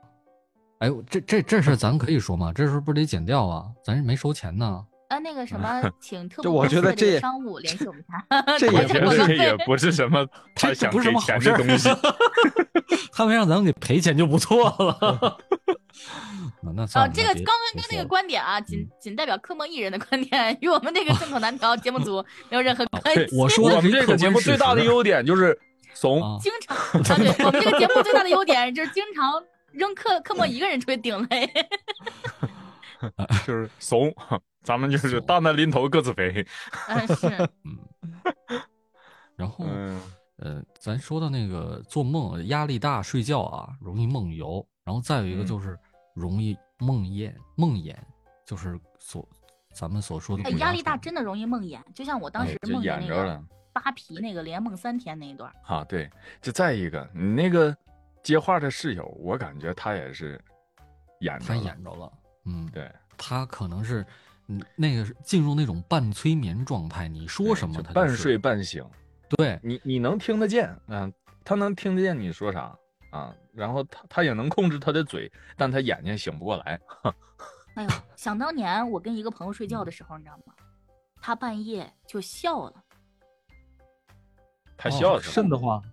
哎，这这这事儿咱可以说吗？这事儿不是得剪掉啊？咱是没收钱呢。
啊，那个什么，请特
这
步
我
公
觉
司
得
的
这也
个商务联系我们谈。
这
我
也
觉
不
得
是
这也不是什 么他
这这
想
不是
给
什么好
钱
事
的
儿
东 西。
他们让咱们给赔钱就不错 了。那那算
哦，
了，
这个
那
刚
别
刚跟
别
那
说
个
了
观点啊，仅仅代表科梦艺人的观点，与我们这个众口难调节目组没有任何关
对
系。
我说
我
的是
们
一
这
客
个节
观
目
事
最大的
实
优点 就是怂，
啊，
经常啊，对我们这个节目最大的优点就是经常扔克克莫一个人出去顶雷。
就是怂。咱们就是
怂
大难临头各自飞。
嗯，是，
然后
嗯，
呃，咱说到那个做梦压力大，睡觉啊容易梦游，然后再有一个
嗯
就是容易梦魇，梦魇就是所咱们所说的
哎，
鬼
压
压
力大
床
真的容易梦魇，就像我当
哎
时，
就
梦见那
演着
个
了
扒皮那个连梦三天那一段儿。
啊。对，就再一个，你那个接话的室友，我感觉他也是演着
他
了。
演着了，嗯，
对，
他可能是嗯那个是进入那种半催眠状态，你说
对
什
就
么他就
半
是
睡半醒。
对，
你你能听得见，嗯、他能听得见你说啥啊，然后他他也能控制他的嘴，但他眼睛醒不过来。
哎呦，想当年我跟一个朋友睡觉的时候，你知道吗？他半夜就笑了，
他
哦
笑
是
什
瘆
么？
哦
得慌。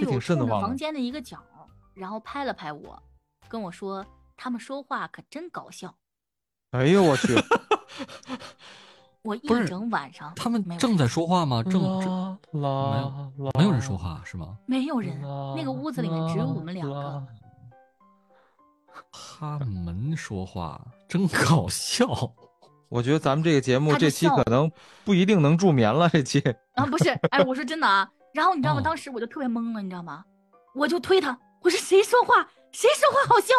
这
呦，
挺瘆得
冲着
慌的
房间的一个角儿，然后拍了拍我，跟我说，他们说话可真搞笑。
哎呦 我去，
我一
不是
整晚上，
他们
没有嗯哦
正
人
在说话吗？正正
啦啦啦，
没有人说话是吗？
没有人，那个屋子里面只有我们两
啦
个
啦。
他们说话真搞笑，
我觉得咱们这个节目
他就
这期
笑
可能不一定能助眠了，这期
啊，不是，哎，我说真的啊。然后你知道吗？
哦
当时我就特别懵了，你知道吗？我就推他，我说谁说话，谁说话好笑。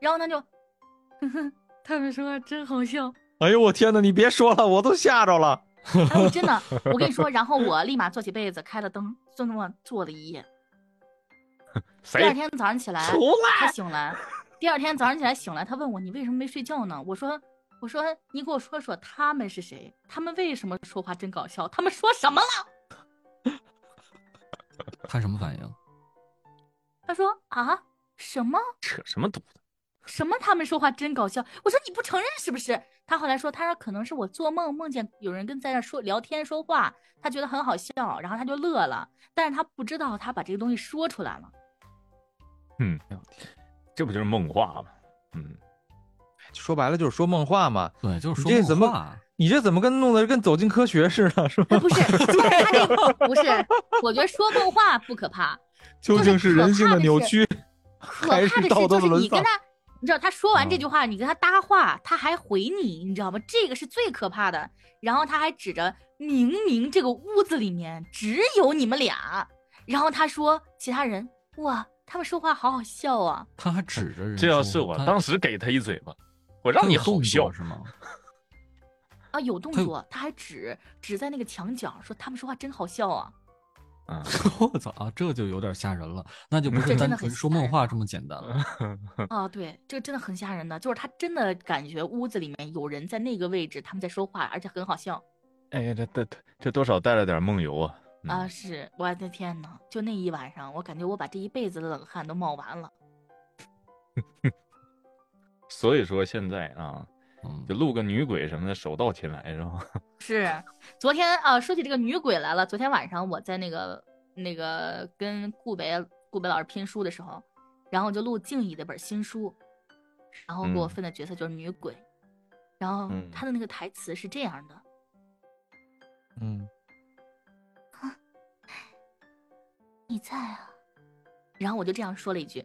然后他就， 哼哼，他们说话真好笑。
哎呦我天呐，你别说了，我都吓着了。
哎，我真的，我跟你说，然后我立马坐起被子，开了灯，就那么坐了一夜。第二
谁
天早上起来，
哎出
他醒来。第二天早上起来醒来，他问我你为什么没睡觉呢？我说我说你给我说说他们是谁，他们为什么说话真搞笑，他们说什么了？
他什么反应？
他说啊什么？
扯什么犊子？
什么？他们说话真搞笑。我说你不承认是不是？他后来说，他说可能是我做梦梦见有人跟在那说聊天说话，他觉得很好笑，然后他就乐了，但是他不知道他把这个东西说出来了。
这不就是梦话吗？嗯，
说白了就是说梦话嘛，
对，就是说
你这
梦
怎么
话
你这怎么跟弄得跟走进科学似的， 是吧？
哎，不是，就是他这个不是，我觉得说梦话不可怕，
究竟是人性的扭曲，
可
还
怕的
是
是
道德
就
的
是
沦
你跟
丧？嗯
他，你知道他说完这句话，你跟他搭话，他还回你，你知道吗？这个是最可怕的。然后他还指着明明这个屋子里面只有你们俩，然后他说其他人哇，他们说话好好笑啊。
他还指着人说话。
这要是我
嗯他
当时给他一嘴巴，我
他
让你
有动
好笑
作。是吗？
啊，有动
他有
作，他还指指在那个墙角说他们说话真好笑啊。
嗯，
我操啊，这就有点吓人了，那就不
这
是
真的很
单纯
吓
说梦
人
话这么简 单了。
啊，对，这个真的很吓人的，就是他真的感觉屋子里面有人在那个位置，他们在说话，而且很好笑。
哎呀，这这这多少带了点梦游啊。嗯
啊，是我的天呐，就那一晚上，我感觉我把这一辈子的冷汗都冒完了。
所以说现在啊，
嗯
就，录个女鬼什么的，手到擒来是吧？
是，昨天啊，说起这个女鬼来了，昨天晚上我在那个那个跟顾北顾北老师拼书的时候，然后就录静怡的本新书，然后给我
嗯
分的角色就是女鬼，然后
嗯
她的那个台词是这样的：
嗯，
你在啊？然后我就这样说了一句，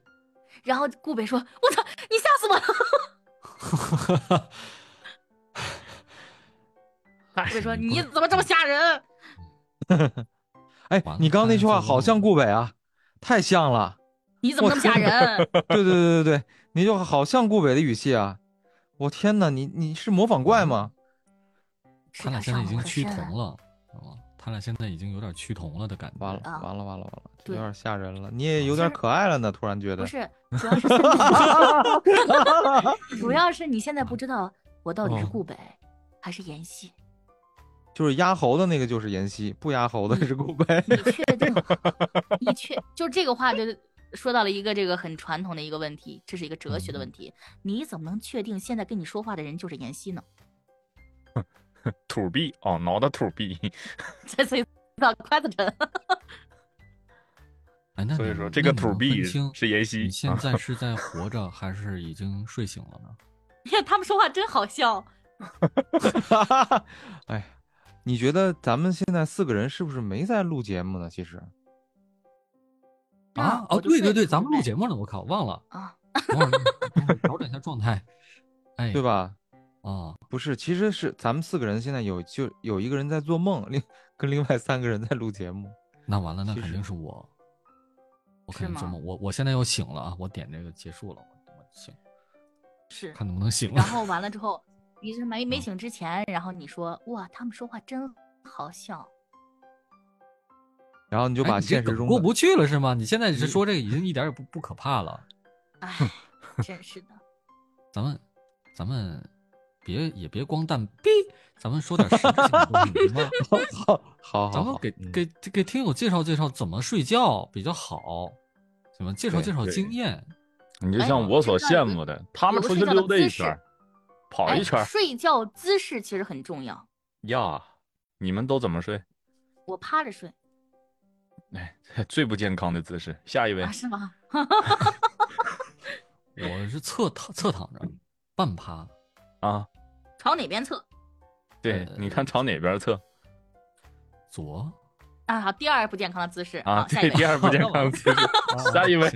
然后顾北说：“我操，你吓死我了！”
那
顾北说：“
你
你
不
怎么这么吓人
哎
完，了
你刚刚那句话
看来是
好像
梦
顾北啊，太像了。？”
你怎么
我
这么吓
天
人？
对对对对对，你就好像顾北的语气啊！我天哪，你你是模仿怪吗？
是
他俩现在
上
已
了我的
经
啊
趋
身
同
了
了，知道吗？他俩现在已经有点趋同了的感觉。
完了
啊
完了完了完了，这
对
有点吓人了，你也有点可爱了呢，突然觉得
不。 是，主要是现在主要是你现在不知道我到底是
哦
顾北、还是妍希，
就是压喉的那个就是妍希，不压喉的是顾北。
你确定吗？你确就这个话就说到了一个这个很传统的一个问题，这是一个哲
嗯
学的问题，你怎么能确定现在跟你说话的人就是妍希呢？
土逼哦，挠的土逼。
这所以到筷子沉，
哎，那
所以
你
说
们
这
那
个
你
土
们
逼
分清
是妍 希
你现
啊
在是在活着还是已经睡醒了呢？
你 看他们说话真好笑。
哎，你觉得咱们现在四个人是不是没在录节目呢？其实
啊
啊
我
哦，
就
对
睡
对
了
对，咱们
呗
录节目呢，我靠，忘了，
啊，
等会儿等会儿调整一下状态。哎，
对吧？
啊，
不是，其实是咱们四个人现在有就有一个人在做梦，另跟另外三个人在录节目。
那完了，那
其
肯
实
定是我，我
是
肯定做
吗
梦。我我现在要醒了啊，我点这个结束了，我我醒，
是。
看能不 能醒了
然。后完了之后，你是没没醒之前，然后你说哇，他们说话真好笑。
然后你就
哎
把
你这
现实
梗
中
过
的
不去了是吗？你现在是
你
说这个已经一点也不不可怕了。
唉，真是的。
咱们咱们别也别光蛋逼，咱们说点实质性的东西行吗？
好 好好，
咱们
好
给
嗯
给给听友介绍介绍怎么睡觉比较好，行吗？介绍
对
介绍
对
经验。
你就
哎
像我所羡慕的，他们出去溜达一圈儿，跑一圈
哎，
儿
睡觉姿势其实很重要。
呀。你们都怎么睡？
我趴着睡啊
哎，最不健康的姿势。下一位
啊？，是吗？
我是侧躺侧躺着，半趴，
呃
啊，
朝哪边侧？
对，你看朝哪边侧
左。
啊，好，第二不健康的姿势。
啊？
好，下
对，
一
第
位。
二不健康的姿势。 下一位，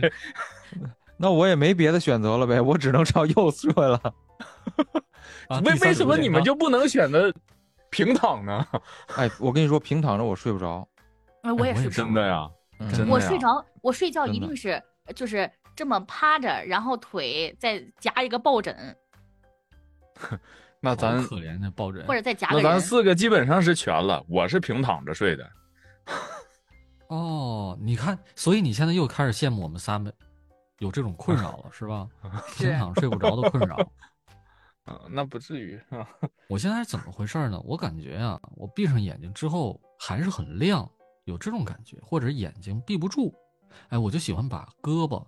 那我也没别的选择了呗，我只能朝右侧了。
啊
为
第三
为
十
什
五
么
点
你们
八
就不能选择平躺呢？
哎，我跟你说，平躺着我睡不着。
哎我也
我也
睡不
是
着
真。的呀，
嗯
真的
我
呀
睡着，我睡觉一
真的
定是就是这么趴着，然后腿再夹一个抱枕，
那
好
咱
可怜的抱枕
或者再夹个
那咱
人。
四个基本上是全了，我是平躺着睡的。
哦，你看，所以你现在又开始羡慕我们仨没有这种困扰了，是 吧？
是
平躺睡不着的困扰。
嗯，那不至于啊。
我现在是怎么回事呢？我感觉啊，我闭上眼睛之后还是很亮，有这种感觉，或者眼睛闭不住，哎，我就喜欢把胳膊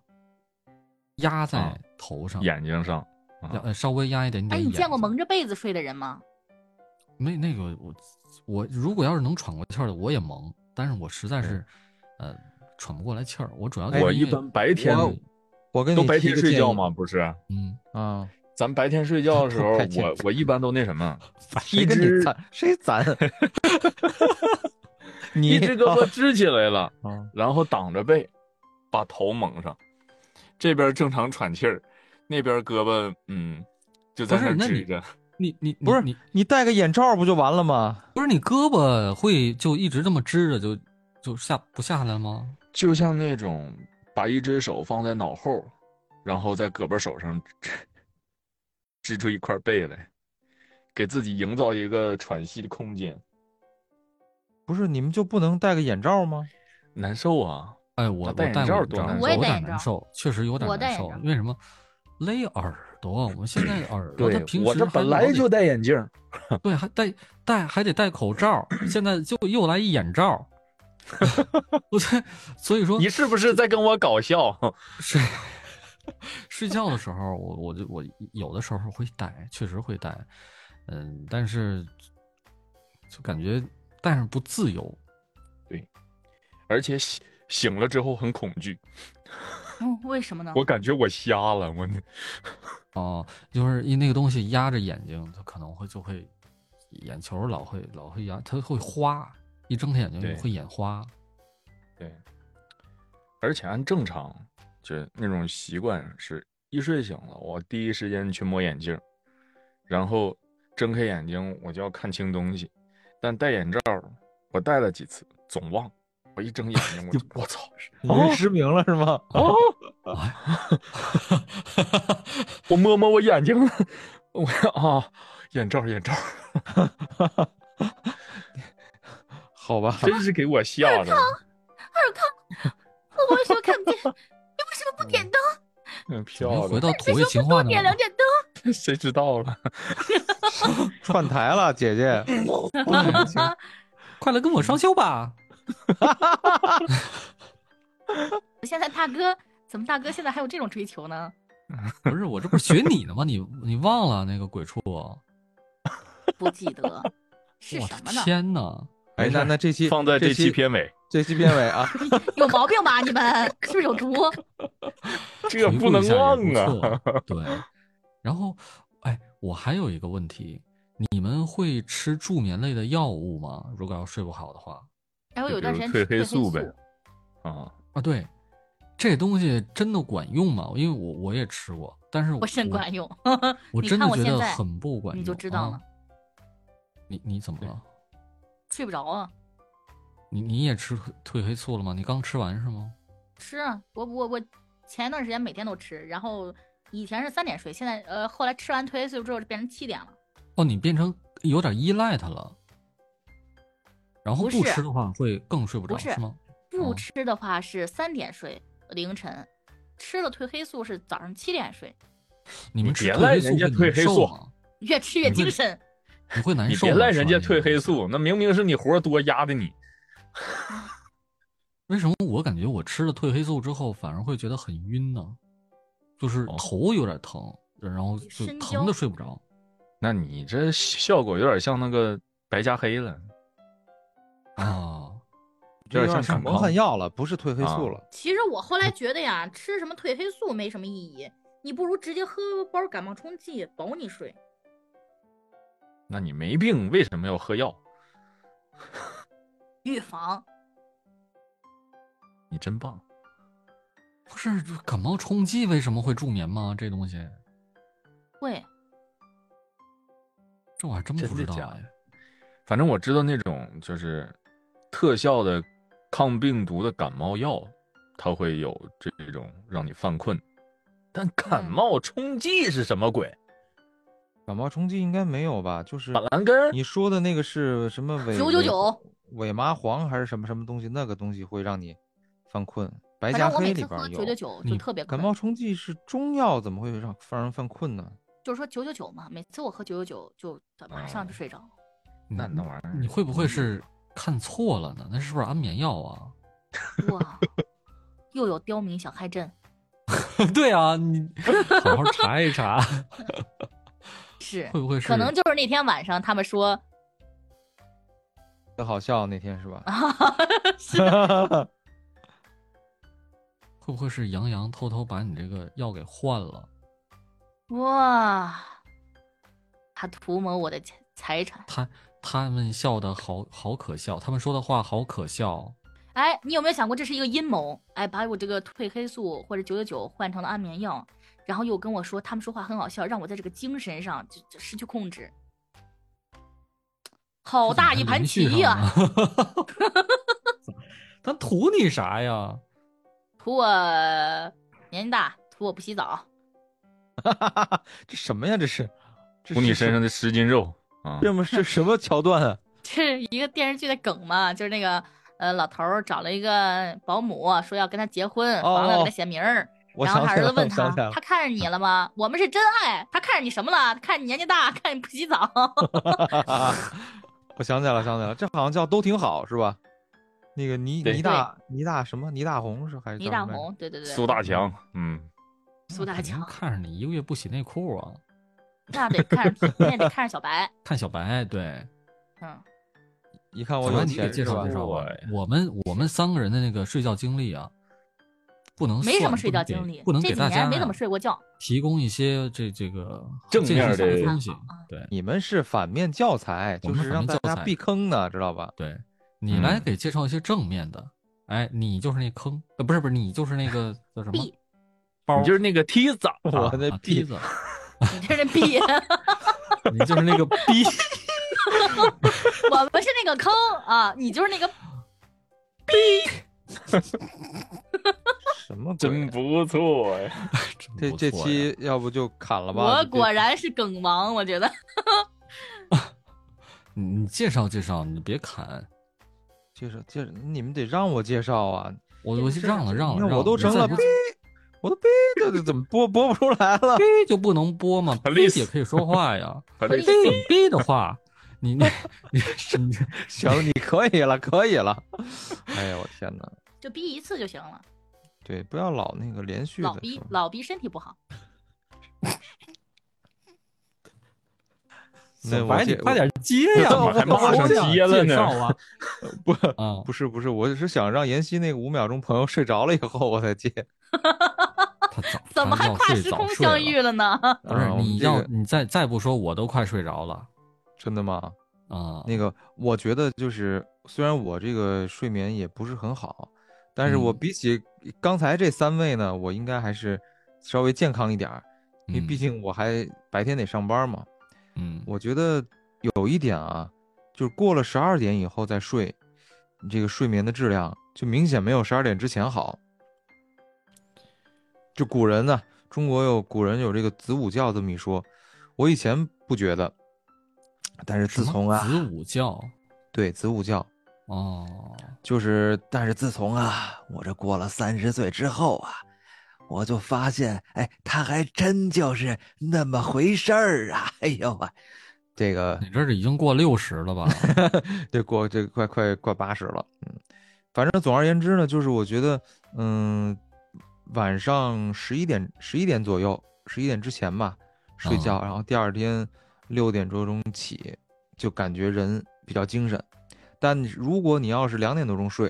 压在
啊
头上，
眼睛上，
压呃稍微压一点点
哎，
眼睛。
你见过蒙着被子睡的人吗？
那那个我我如果要是能喘过气儿的，我也蒙，但是我实在是呃喘不过来气儿，我主要就是
哎我
因
一
为
般白天
我我跟你
都白
提
天
个
睡
建
觉
议
嘛，不是？
嗯，
啊，
咱白天睡觉的时 候
太，欠
我
揍
我一般都那什么，
谁
一
跟
只
你攒？谁 攒？你
一只胳膊
啊
支起来了，
啊
然后挡着背，把头蒙上，这边正常喘气儿，那边胳膊嗯就在
不是
那
那
支
你
着。
你你
不是
你
你戴个眼罩不就完了吗？
不是你胳膊会就一直这么支着就就下不下来吗？
就像那种把一只手放在脑后，然后在胳膊手上 支支出一块背来，给自己营造一个喘息的空间，
不是你们就不能戴个眼罩吗？
难受啊！
哎，我我
戴眼
戴
罩
我
多
戴
难啊
受我也
有
戴
点
眼
难
罩
受，确实有点
我戴眼
难受
罩。
为什么勒耳朵啊？我们现在耳朵，它平时
我这
还
本
老
来
得
就戴眼镜儿，
对，还戴戴还得戴口罩，现在就又来一 眼罩。我这 所以说
你是不是在跟我搞笑？
睡睡觉的时候，我我就我有的时候会戴，确实会戴，嗯，但是就感觉戴上不自由。
而且醒醒了之后很恐惧，
嗯，为什么呢？
我感觉我瞎了，我那
哦，就是因为那个东西压着眼睛，它可能会就会眼球老会老会压，它会花，一睁开眼睛
对
会眼花。
对，而且按正常就是那种习惯是，一睡醒了，我第一时间去摸眼镜儿，然后睁开眼睛我就要看清东西，但戴眼罩儿我戴了几次总忘，我一睁眼睛我 就我操，
你是失明了是吗？啊
哦，我摸摸我眼睛了，我啊眼罩儿眼罩儿，
好吧，
真是给我吓的。
我为什么看不见？ 你为什么不点灯？
嗯，
怎么
漂
又回
亮，
到土味情话
多
呢？
点两点灯。
谁知道了？
串台了，姐姐。
快来跟我双休 吧！
现在大哥怎么大哥现在还有这种追求 呢？
不是我这不是学你呢吗？你你忘了那个鬼畜？我
不记得是
的
什么呢？
天呐！
哎，那那这期
放在
这
这期片尾，
这期片尾 啊，
有毛病吧你们？是不是有毒？
这
回
不
顾一
能
下也
忘
不
啊！
错对，然后，哎，我还有一个问题，你们会吃助眠类的药物吗？如果要睡不好的话
然哎后有一段时间
就比如褪
黑
黑素呗啊，
啊，对，这东西真的管用吗？因为我我也吃过，但是我
我肾管，用，
我
你
真的
看我
觉
现
得
在
很不管用，
你就知道
啊
了。
你你怎么了？
睡不着啊。
你你也吃褪黑素了吗？你刚吃完是吗？
吃啊，我我我前一段时间每天都吃，然后以前是三点睡，现在呃后来吃完褪黑素之后就变成七点了。
哦，你变成有点依赖它了，然后
不
不
是
吃的话会更睡不
不
着
是
吗？
不
哦
吃的话是三点睡，凌晨。吃了褪黑素是早上七点睡，
你
你
们吃
别
褪
赖
黑素
人家
会
褪
难
黑
受
素
吗
越吃越精神。
你会难
你
受吗。
别赖人家
吃完
褪
以
黑，
后
素，那明明是你活儿多压的你。
为什么我感觉我吃了褪黑素之后反而会觉得很晕呢？就是
哦
头有点疼，然后就
深
疼
交
的睡不着。
那你这效果有点像那个白加黑了，
啊，
这
有点像
是
感
蒙
冒啊
汗药了，不是褪黑素了。嗯
其实我后来觉得呀，吃什么褪黑素没什么意义，你不如直接喝包感冒冲剂，保你睡。
那你没病，为什么要喝药？
预防
你真棒。
不是感冒冲剂为什么会助眠吗？这东西
会，
这我还真
真
不知
的
道
假
哎
的。反正我知道那种就是特效的抗病毒的感冒药，它会有这种让你犯困。但感
嗯
冒冲剂是什么鬼？
感冒冲剂应该没有吧？就是
板蓝根儿？
你说的那个是什么伪
999
伪麻黄还是什么什么东西？那个东西会让你犯困。白
反
加
正我
黑
每
里
次
边
喝
有
九九九就
你
特别困
感冒冲剂是中药，怎么会让让人犯困呢？
就是说九九九嘛，每次我喝九九九就马
哦
上就睡着。
那
那那嗯玩意儿，
你会不会是看错了呢？那是不是安眠药啊？
哇，又有刁民想害朕，
对 啊，你好好查一 查，
是
会不会是
可能就是那天晚上他们说，
特好笑那天是吧？
啊
会不会是杨洋偷偷把你这个药给换了？
哇，他图谋我的财财产。
他们笑的好好可笑，他们说的话好可笑。
哎，你有没有想过这是一个阴谋？哎，把我这个褪黑素或者九九九换成了安眠药，然后又跟我说他们说话很好笑，让我在这个精神上就就失去控制。好大一盘棋啊呀、
啊
呀、他图你啥呀？
图我年纪大，图我不洗澡。
这什么呀？这是这
补你
是
身上的十斤肉啊！
这么是什么桥段 啊？
这一个电视剧的梗嘛，就是那个呃老头儿找了一个保姆，啊说要跟他结婚，
哦
完了给他写名儿，
我
然后
想
他
起
儿
来
子
了，
问
我
他
想起来，了
他，看上你了吗？我们是真爱，他看上你什么了？看你年纪大，看你不洗澡。
我想起来了，想起来了，这好像叫都挺好是吧？那个倪
对
倪大倪大什么倪大红是还是叫
倪大
什么来着
红，对对对，
苏大强，嗯，
苏大
肯定
强，
看着你一个月不洗内裤啊，
那得看着，那得看着小 白，
看小白对。
嗯，
一看我
小
有
白，你
钱
给介
是吧
绍介绍吧
对。
我们我们三个人的那个睡觉经历啊，不能
没什
算
么睡
不能
觉经
给
历，
不能
这
给
几
大家
年没
呀
怎么睡过觉。
提供一些这这个
正
建
面
设性
的
东西
啊。
对
你们是反面教材，
我
就
们
是
反
让
面
大
教
家
材
避坑的，知道吧？
对，你来
嗯
给介绍一些正面的。哎，你就是那坑，呃，不是不是，你就是那个 叫什么
币，
包，
你就是那个梯子，
我的
啊
逼
梯子，
你 这是币，
你就是那个逼。
我们是那个坑啊，你就是那个
什么鬼啊
真不错
哎
呀！
真
这
不
这
错呀
期要不就砍了吧？
我
你这
果然是梗王，我觉得。
你你介绍介绍，你别砍，
介绍介绍，你们得让我介绍啊！
我我
是
让了让了，
那
让
我都
你
成
再
了
不
逼，我都逼，这这怎么播播不出来了
逼？就不能播嘛，
很
逼
类似
也可以说话呀，
还
可
得
以
逼逼的话，你你你是你
行，你可以了，可以了。哎呀，我天哪！
就逼一次就行了。
对，不要老那个连续
老
的
逼
说，
老逼身体不好，
那我
白
介
你快点接呀，
我
我
还马上
接了呢
介绍啊
不
啊，
不是不是，我是想让妍希那个五秒钟朋友睡着了以后我再接。
他早
怎么还
早
跨
睡
时
早
空
睡
相
了
遇了呢？
不是
啊我们
你
这
要
个
你再再不说，我都快睡着了
真的吗？
啊。
那个，我觉得就是，虽然我这个睡眠也不是很好，但是我
嗯
比起刚才这三位呢，我应该还是稍微健康一点儿，因为
嗯
毕竟我还白天得上班嘛。
嗯，
我觉得有一点啊，就是过了十二点以后再睡，你这个睡眠的质量就明显没有十二点之前好。就古人呢、中国有古人有这个子午觉这么一说，我以前不觉得，但是
什
自
么
从啊，
子午觉
对子午觉，
哦，
就是，但是自从啊，我这过了三十岁之后啊，我就发现，哎，他还真就是那么回事儿啊！哎呦喂，这个
你这是已经过六十了吧？
这过这快快快八十了，嗯，反正总而言之呢，就是我觉得，嗯，晚上十一点十一点左右，十一点之前吧睡觉，然后第二天六点多钟起，就感觉人比较精神。但如果你要是两点多钟睡，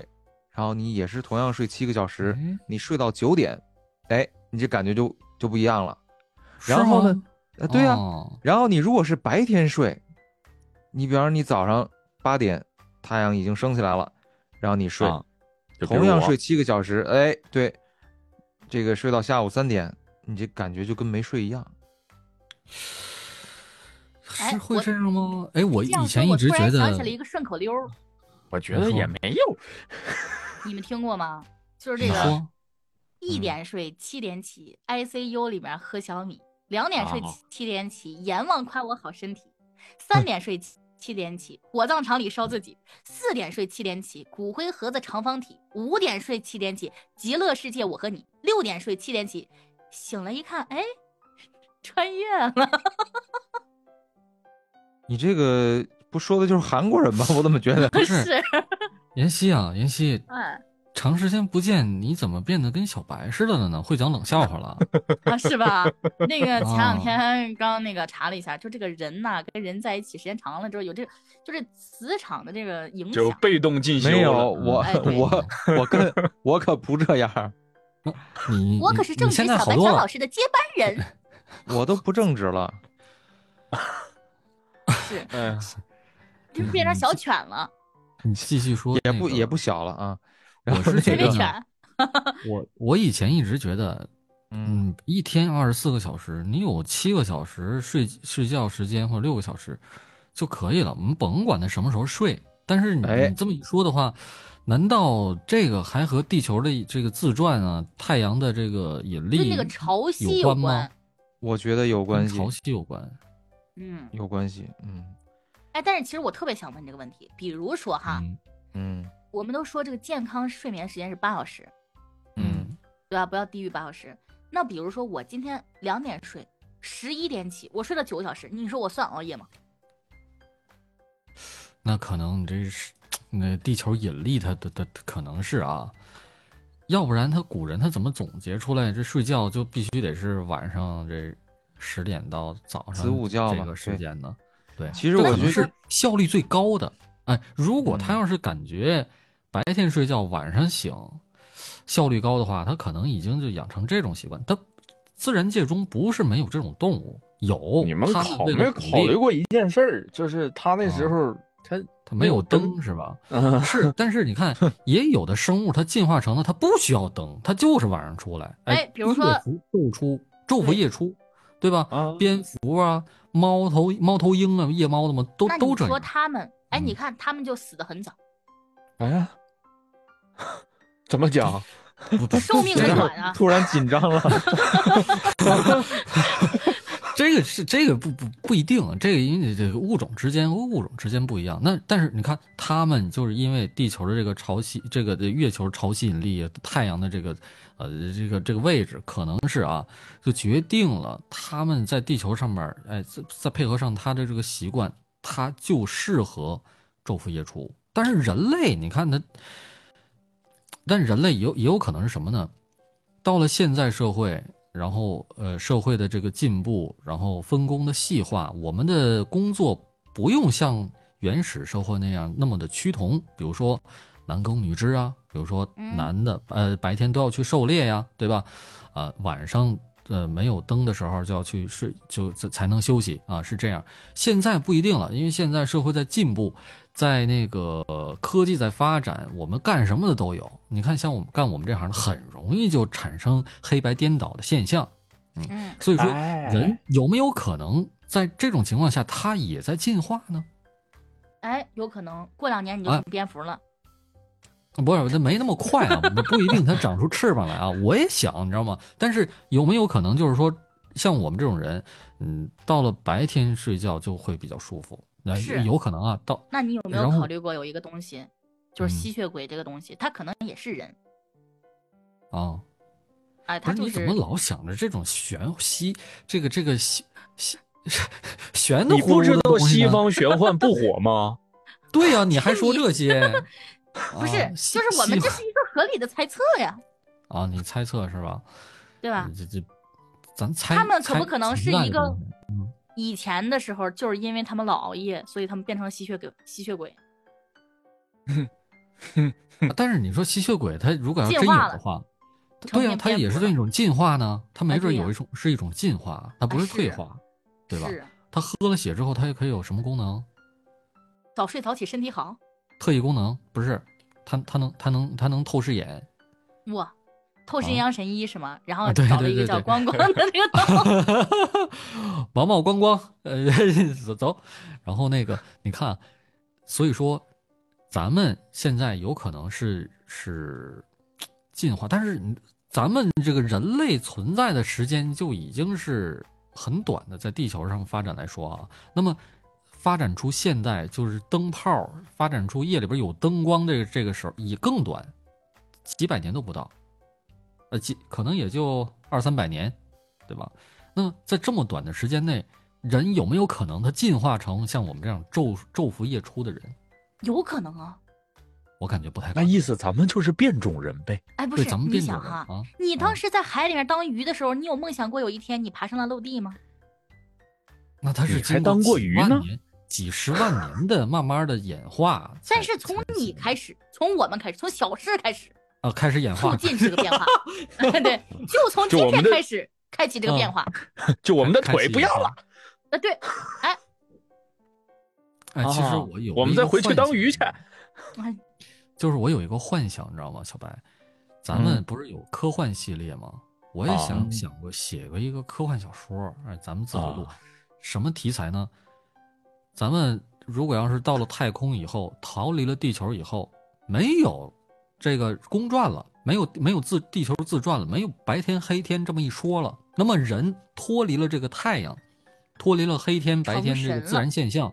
然后你也是同样睡七个小时，
哎
你睡到九点，哎，你这感觉就就不一样了。
是
然后呢
吗？，
呃对呀、
哦
然后你如果是白天睡，你比方说你早上八点太阳已经升起来了，然后你睡，
啊就比如
同样
我
睡七个小时，哎，对，这个睡到下午三点，你这感觉就跟没睡一样。
哎
是会
我
这样吗？哎，我
这样
以
说
前一
我
直
突然
觉
想起了一
得，
个顺口溜儿，
我觉得也
嗯
没有
你们听过吗？就是
你
这个
说
一
嗯
点睡七点起，ICU 里面喝小米；两点睡
哦
七点起，阎王夸我好身体；三点睡七七点起，火葬场里烧自己；四点睡七点起，骨灰盒子长方体；五点睡七点起，极乐世界我和你；六点睡七点起，醒了一看，哎，穿越了。
你这个不说的就是韩国人吧？我怎么觉得
不是
是，
妍希啊，妍希，
哎，
长时间不见，你怎么变得跟小白似的了呢？会讲冷笑话 了？
啊，是吧？那个前
哦
两天刚那个查了一下，就这个人呐、跟人在一起时间长了之后，有这就是磁场的这个影响
就。被动进修了
没有，我
哎对
我我跟我可不这样，
你
我
嗯你
可是
你
正
现
值
在
小
好
白
多
小
了
老师的接班人，
我都不正直了。
是
哎
嗯，
就变成小犬了，
你继续说、
也
那
不
个
也不小了啊。然
我
后
是
这
前
觉得
个，
卫犬。
我我以前一直觉得，
嗯，
嗯，一天二十四个小时，你有七个小时睡睡觉时间或者六个小时就可以了，我们甭管他什么时候睡。但是你,、
哎
你这么一说的话，难道这个还和地球的这个自转啊、太阳的这个引
跟
力
那个潮汐
有
有
关吗？
我觉得有关
跟
系
潮，汐有关。
嗯，
有关系。嗯
哎，但是其实我特别想问这个问题，比如说哈，
嗯
嗯
我们都说这个健康睡眠时间是八小时，
嗯
嗯，
对吧？不要低于八小时。那比如说我今天两点睡，十一点起，我睡了九个小时，你说我算熬夜吗？
那可能你这是那地球引力它，它它它可能是啊，要不然他古人他怎么总结出来这睡觉就必须得是晚上这十点到早上
子午觉
这
嘛
个时间呢？对，
其实
这
我
可
觉
能
得
是效率最高的。哎，如果他
嗯
要是感觉白天睡觉晚上醒，效率高的话，他可能已经就养成这种习惯。他自然界中不是没有这种动物，有
你们
它
考
哦为了
没
鼓
考
励
虑过一件事儿，就是他那时候他
它啊没有
没有
灯是吧？
嗯
是，但是你 看，也有的生物它进化成了它不需要灯，它就是晚上出来。
哎比如
夜
说
蝠昼出，昼伏
对
夜出，对吧？
啊
蝙蝠啊，猫头猫头鹰啊，夜猫子嘛，都
那
都
你
这
说
样。
他们，哎，你
嗯
看他们就死得很早，
哎呀，怎么讲？
不 不
寿命很短啊。
突然紧张了，
这个是这个不不不一定，啊这个因为这个物种之间物种之间不一样。那但是你看，它们就是因为地球的这个潮汐，这个这月球潮汐引力，太阳的这个呃这个这个位置，可能是啊，就决定了它们在地球上面儿，哎，再再配合上它的这个习惯，它就适合昼伏夜出。但是人类，你看它，但人类有也有可能是什么呢？到了现在社会，然后呃社会的这个进步，然后分工的细化，我们的工作不用像原始社会那样那么的趋同，比如说男耕女织啊，比如说
嗯
男的、呃白天都要去狩猎呀、对吧？啊、晚上呃没有灯的时候就要去睡，就才才能休息啊，是这样。现在不一定了，因为现在社会在进步，在那个呃科技在发展，我们干什么的都有。你看，像我们干我们这行的，很容易就产生黑白颠倒的现象。
嗯，
所以说，
哎
人有没有可能在这种情况下，他也在进化呢？
哎，有可能过两年你就
啊
成蝙蝠了。
不是，那没那么快啊，不不一定它长出翅膀来啊。我也想，你知道吗？但是有没有可能就是说，像我们这种人，嗯，到了白天睡觉就会比较舒服？那
是
有可能啊。到
那你有没有
然后
考虑过有一个东西，就是
嗯
吸血鬼这个东西，它可能也是人，
啊，
哎，
不
它
是
就
你怎
是
么老想着这种玄西这个这个西西玄的
你
乎
不知
的
道
东西
西
呢？
方玄幻不火 吗？
对呀、你还说这些？
不是
啊，西
就是我们
西
这是一个合理的猜测呀，
啊，你猜测是吧？
对吧
你？这这，咱猜
他们可不可能是一个？
猜存在的东西
以前的时候，就是因为他们老熬夜，所以他们变成了吸血鬼。吸血鬼
啊但是你说吸血鬼，他如果要
进
真有
化
的
了
话，
成
对呀、
年
它
蝙
也
蝠
是
了
一种进化呢，它
啊
没准
对
有
呀
一种是一种进化，它不
啊
是
是
退化，对吧？
是
它喝了血之后，它又可以有什么功能？
早睡早起身体好，
特异功能不是，它它能它能它能透视眼，
哇，透视阴
啊
阳神医是吗？然后
啊对
找了
对
一个
对
叫
对
光光的那个 东
毛毛光光，呃，走走。然后那个，你看，所以说，咱们现在有可能是是进化，但是你咱们这个人类存在的时间就已经是很短的，在地球上发展来说啊，那么。发展出现代就是灯泡，发展出夜里边有灯光这个这个时候也更短，几百年都不到，呃，几可能也就二三百年，对吧？那么在这么短的时间内，人有没有可能他进化成像我们这样昼昼伏夜出的人？
有可能啊，
我感觉不太可
那
能。
意思咱们就是变种人呗。
哎，不
对，
是，
咱们
你
变种
想
人
哈、
啊，
你
啊
当时在海里面当鱼的时候，你有梦想过有一天你爬上了陆地吗？
那他是
你还
经过
当过
几
鱼
万
呢
年？几十万年的慢慢的演化才，
但是从
才
你
行
开始，从我们开始，从小事开始，
啊开始演
促
化，
进这个变化。对，就从
就
今
我们
天
的
开始开启这个变
嗯
化。
就我们的
开
腿不要了。。
啊，对，
开始演化哎，其实
啊
我有
我们
一个
再回去
幻
当
想
鱼去
嗯
就是我有一个幻想，你知道吗，小白？咱们不是有科幻系列吗？我也想、
嗯啊
想过写过一个科幻小说，哎，咱们自己录，
啊
什么题材呢？咱们如果要是到了太空以后，逃离了地球以后，没有这个公转了，没有没有自地球自转了，没有白天黑天这么一说了，那么人脱离了这个太阳，脱离了黑天白天这个
成神
自然
了
现象，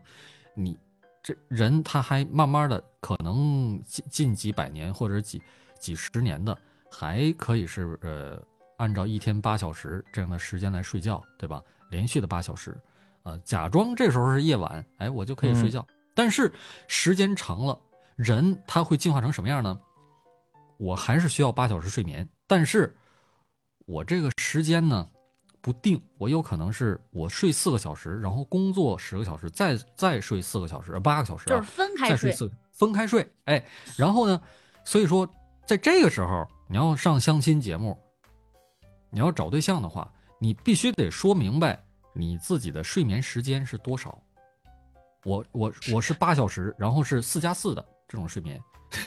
你这人他还慢慢的可能近近几百年或者几几十年的，还可以是呃按照一天八小时这样的时间来睡觉，对吧？连续的八小时，呃，假装这时候是夜晚，哎，我就可以睡
嗯
觉。但是时间长了，人他会进化成什么样呢？我还是需要八小时睡眠，但是我这个时间呢不定，我有可能是我睡四个小时，然后工作十个小时，再再睡四个小时，呃八个小时、
就
啊，
是分开
再睡
睡。
四个分开睡。哎，然后呢，所以说在这个时候你要上相亲节目，你要找对象的话，你必须得说明白你自己的睡眠时间是多少。我我我是八小时，然后是四加四的这种睡眠，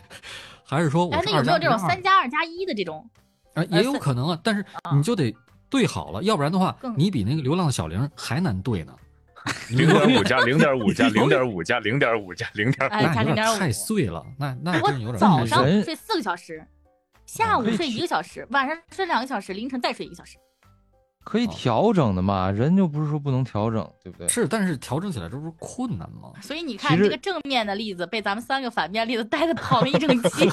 还是说我
哎，
是
那有
二
没
加
有这种
二
三加二加一的这种？
啊，
呃
也有
三
可能啊，但是你就得对好了，要不然的话，
更
你比那个流浪小玲还难对呢。
零点五加零点 五加零点五加零点五加零点
哎，
那
加
有
零
点
点
太
五。哎
碎了，那那真有
我
点
早
太
上
碎了
人
睡四个小时，下午
可以
睡
去
一个小时，晚上睡两个小时，凌晨再睡一个小时。
可以
哦
调整的嘛，人又不是说不能调整，对 不对？
是，但是调整起来这不是困难吗？
所以你看，这
实
个正面的例子被咱们三个反面例子带的跑了一整期。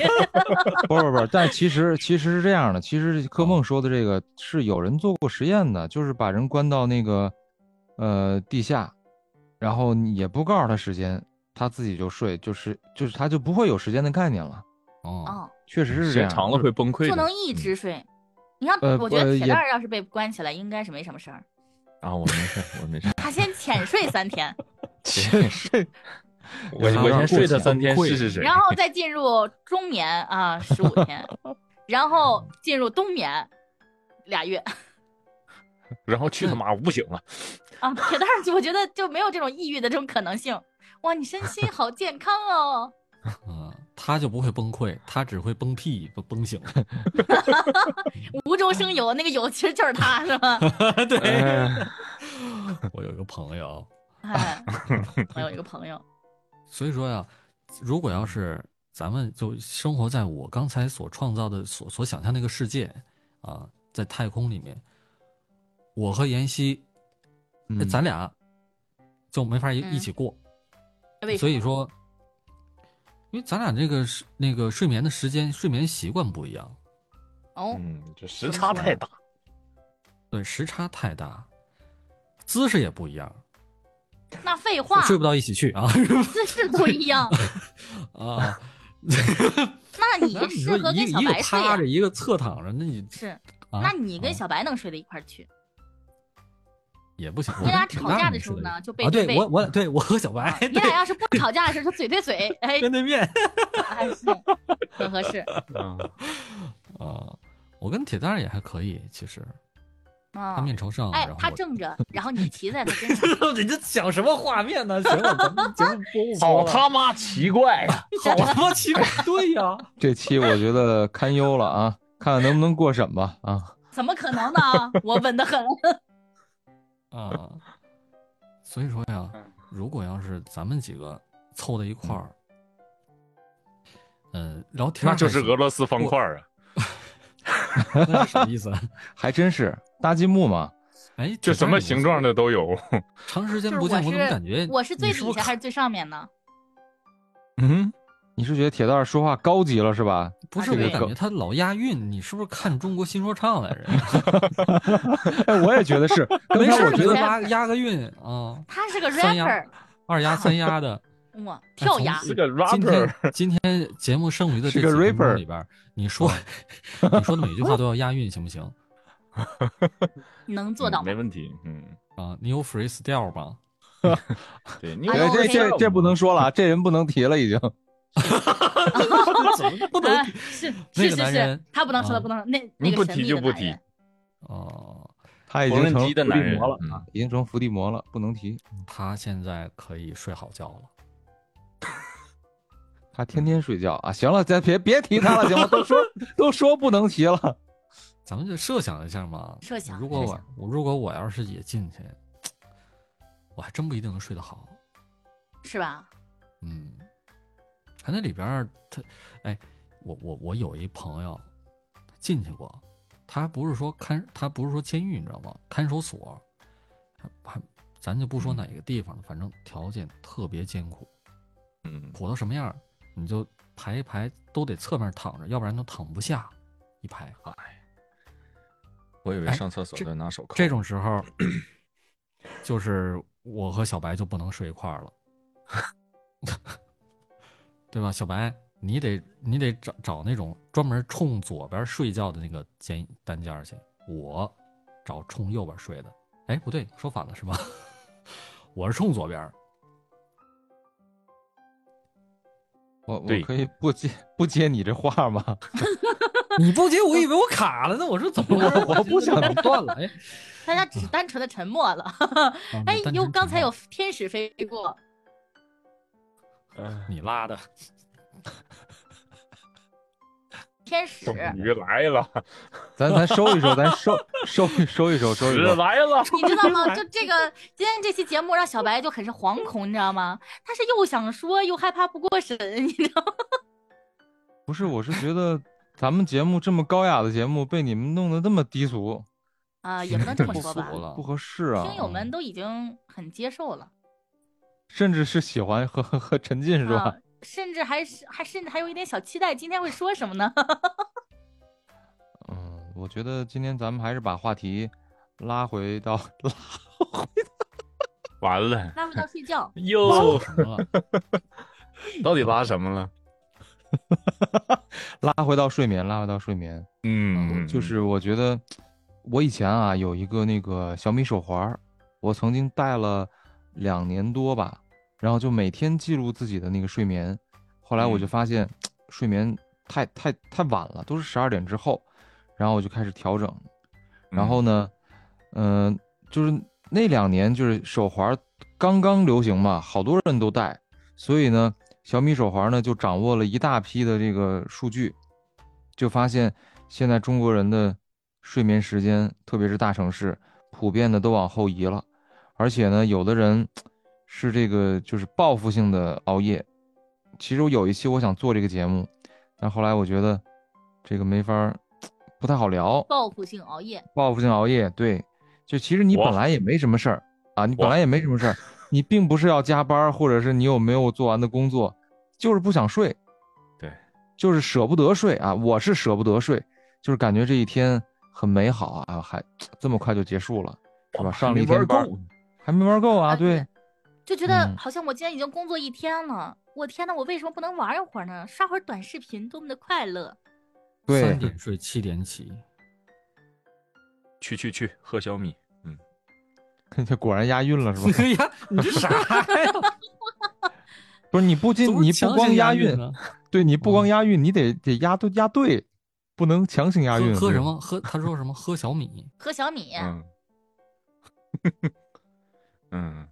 不是不是，但其实其实是这样的，其实柯梦说的这个是有人做过实验的，就是把人关到那个呃地下，然后你也不告诉他时间，他自己就睡，就是就是他就不会有时间的概念了，
哦，
哦，
确实
五，
是
时
这
间
样。
长了会崩溃的。
不能一直睡。你看，
呃
我觉得
呃
铁
也
蛋儿要是被关起来，应该是没什么事儿。
啊，我没事，我没事，
他先浅睡三天，
我
然后
我
让
先睡
过
他
去
三天
崩溃
试试谁。
然后再进入中眠啊，十 五天，然后进入冬眠，俩月
然后去他妈，我不行了。
啊。铁蛋儿，我觉得就没有这种抑郁的这种可能性。哇，你身心好健康哦！
嗯，他就不会崩溃，他只会崩屁，不崩醒。
无中生有，那个有其实就是他，是吧？
哎
对， 我有一个朋友，
哎，我有一个朋友，
所以说呀，如果要是咱们就生活在我刚才所创造的、所所想象那个世界啊，在太空里面，我和妍希，那
嗯
咱俩就没法一
嗯
一起过。
为
所
什
以说，因为咱俩这个是那个睡眠的时间、睡眠习惯不一样，
么哦，
嗯，这时差太大。
对，时差太大，姿势也不一样，
那废话，
睡不到一起去啊
姿势不一 样，
啊！
那你
那你
适
说
合跟
一
小
个一个
白睡呀
趴着，？一个侧躺着，那你
是，
啊，
那你跟
啊
小白能睡到一块儿去？
也不行。
你俩
我跟
吵架
那
的
你
时候
睡得
呢
着
就背
啊，
对背啊
对我我哎对我和小白
你俩要是不吵架的时候，就嘴对嘴，哎
对面对面
哎，是很合适。
嗯
啊，我跟铁蛋儿也还可以，其实 他
啊，
面朝上，
哎
哦然后，
他
我
正 着，然后你骑在他身上，
你这讲什么画面呢？行了，咱们节目播不
好
播了
他妈奇怪啊呀！
好他妈奇怪， 对呀，
这期我觉得堪忧了啊，看看能不能过审吧啊。
怎么可能呢？我稳得很。
啊，所以说呀，
嗯
如果要是咱们几个凑在一块儿，嗯，聊天儿
那就
还
是
行
俄罗斯方块啊，
那是什么意思啊？
还真是搭积木嘛，
哎，
就
铁
什
蛋
么
儿你
形
是
状的都有。
长时间
就是
不见，
我
我怎么
是
感觉
我是最
你是
底
不
下
是
还是最上面呢？
嗯，
你是觉得铁蛋儿说话高级了是吧？
不是
这
我
个
感觉他老押韵？你是不是看中国新说唱来 着？
哎，我也觉得是。刚
没
才
事儿，
我
你
觉
就
得
押押个韵啊，
他是个
三丫
rapper，
二押三 押的。
哇，跳崖
哎从
是个
今
rapper，
天今天节目剩余的这
是个
几分
rapper
钟里边儿，你说
哦
你说的每句话都要押韵，行不行？
能做到吗
没？问题。嗯，
啊，你有 freestyle 吗？
对，你
哎
哎，
呦
这
我
这这不能说了啊，这人不能提了已经。
怎 么不
啊
能？
是
那
是
个
是是
男人，
他不能说
啊
的，不能那那
你嗯不
个神
提
秘
就
的
不
男
提
人，
哦，
他已
缝
经
纫
成
机的
伏
男
地
人
魔了啊
嗯，
已经成伏地魔了，不能提。
他现在可以睡好觉了。
他天天睡觉啊。行了，咱别别提他了，行吗？都说都说不能提了。
咱们就设想一下嘛，
设想
如果
设
我
想
我如果我要是也进去，我还真不一定能睡得好。
是吧？
嗯，他那里边儿他，哎，我我我有一朋友进去过，他不是说看，他不是说监狱，你知道吗？看守所，还还咱就不说哪个地方了，反正条件特别艰苦，
嗯，
苦到什么样儿，你就排一排都得侧面躺着，要不然都躺不下一排。
我以为
哎
上厕所
这
都拿手铐。
这种时候，就是我和小白就不能睡一块儿了， 对吧？小白，你得你得找找那种专门冲左边睡觉的那个间单间儿去，我找冲右边睡的。哎，不对，说反了是吧？ 我是冲左边儿，
我我
对
可以不接不接你这话吗？
你不接，我以为我卡了呢。我说怎么回事？
我我不想
断了。哎，
大家只是单纯的沉默了。
啊
哎
你单，
哟，
纯
刚
沉
才有
默
天使飞过，
嗯
你拉的，
天使
终于来了，
咱咱收一收，咱收收一收一收，收一
屎
收。
来 了，
你知道 吗？就这个今天这期节目让小白就很是惶恐，你知道吗？他是又想说又害怕不过审，你知道吗？
不是，我是觉得咱们节目这么高雅的节目被你们弄得那么低俗，
啊，也不能这么
不
说
服
吧，
了
不合适啊。
听友们都已经很接受了，
甚至是喜欢和和和沉浸是吧？
啊，甚至还是还甚至还有一点小期待，今天会说什么呢？
嗯，我觉得今天咱们还是把话题拉回到拉
完了
拉回到睡觉，
哟，
什么了？
到底拉什么了？
拉回到睡眠，拉回到睡眠。
嗯，
就是我觉得我以前啊有一个那个小米手环儿，我曾经戴了两年多吧，然后就每天记录自己的那个睡眠。后来我就
嗯
发现睡眠太太太晚了，都是十二点之后，然后我就开始调整。然后呢，嗯、就是那两年就是手环儿刚刚流行嘛，好多人都戴，所以呢，小米手环呢就掌握了一大批的这个数据，就发现现在中国人的睡眠时间，特别是大城市，普遍的都往后移了，而且呢，有的人是这个就是报复性的熬夜。其实我有一期我想做这个节目，但后来我觉得这个没法儿，不太好聊。
报复性熬夜，
报复性熬夜，对，就其实你
我
本来也没什么事儿啊，你本
我
来也没什么事 儿，你并不是要加班儿，或者是你有没有做完的工作，就是不想睡，
对，
就是舍不得睡啊，我是舍不得睡，就是感觉这一天很美好啊，还这么快就结束了，是吧？上了一天班儿，还没玩够啊，
啊
对，
就觉得
嗯
好像我今天已经工作一天了，我天呐，我为什么不能玩一会儿呢？刷会儿短视频，多么的快乐！
对
三，点睡，七点起。
去去去喝小米，
这果然押韵了，是吧？
哎呀，你这 啥呀？
不是你不仅
总
你
是
不
强
光
行
押
押啊
韵，
呢？
对你不光
嗯
押韵，你得得押对押对，不能强行押
喝
韵。
喝
对
什么？喝他说什么？喝小米，
喝小米，
嗯， 嗯，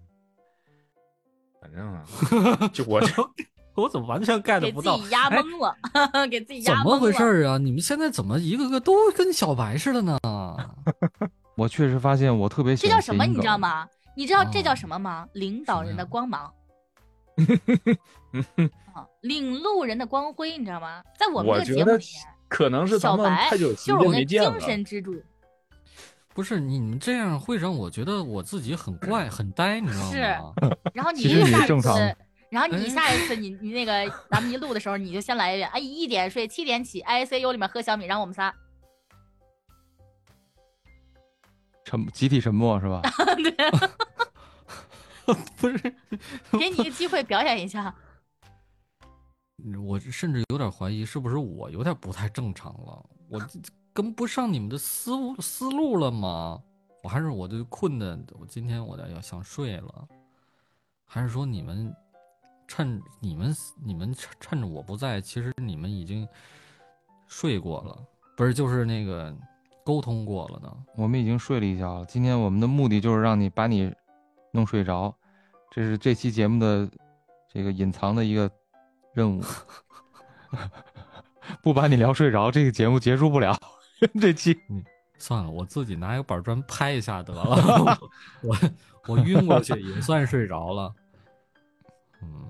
反正啊， 就我这
我怎么完全 get
给
不
自
到？
己压懵了，给自己
怎
压懵了。
么回事？儿啊？你们现在怎么一个个都跟小白似的呢？
我确实发现我特别喜
这
欢
叫什么？
谐音
你知道
梗？
吗？你知道这叫
哦
什么吗？领导人的
呀
光芒。啊领路人的光辉，你知道吗？在我们
我
这个
觉
节目
得
里
可能是
面，
咱
小
们
白
太久
就
时
是我们
间没
的
见了
精，神 支柱，
不是你们这样会让我觉得我自己很怪很呆，你知道吗？
然后你
其实
一
你
下
正常
子，然后你
哎
下一次你你那个咱们一录的时候，你就先来一遍，哎，一点睡，七点起，ICU 里面喝小米，然后我们仨，
沉集体沉默是 吧？
对，
不是，
给你一个机会表演一下，
我甚至有点怀疑是不是我有点不太正常了，我这跟不上你们的思路思路了吗？我还是我就困的，我今天我得要想睡了，还是说你们趁你们你们趁趁着我不在，其实你们已经睡过了，不是就是那个沟通过了呢？
我们已经睡了一觉了。今天我们的目的就是让你把你弄睡着，这是这期节目的这个隐藏的一个任 务。不把你聊睡着，这个节目结束不了。这期
算了，我自己拿一个板砖拍一下得了， 我我晕过去也算睡着了，嗯。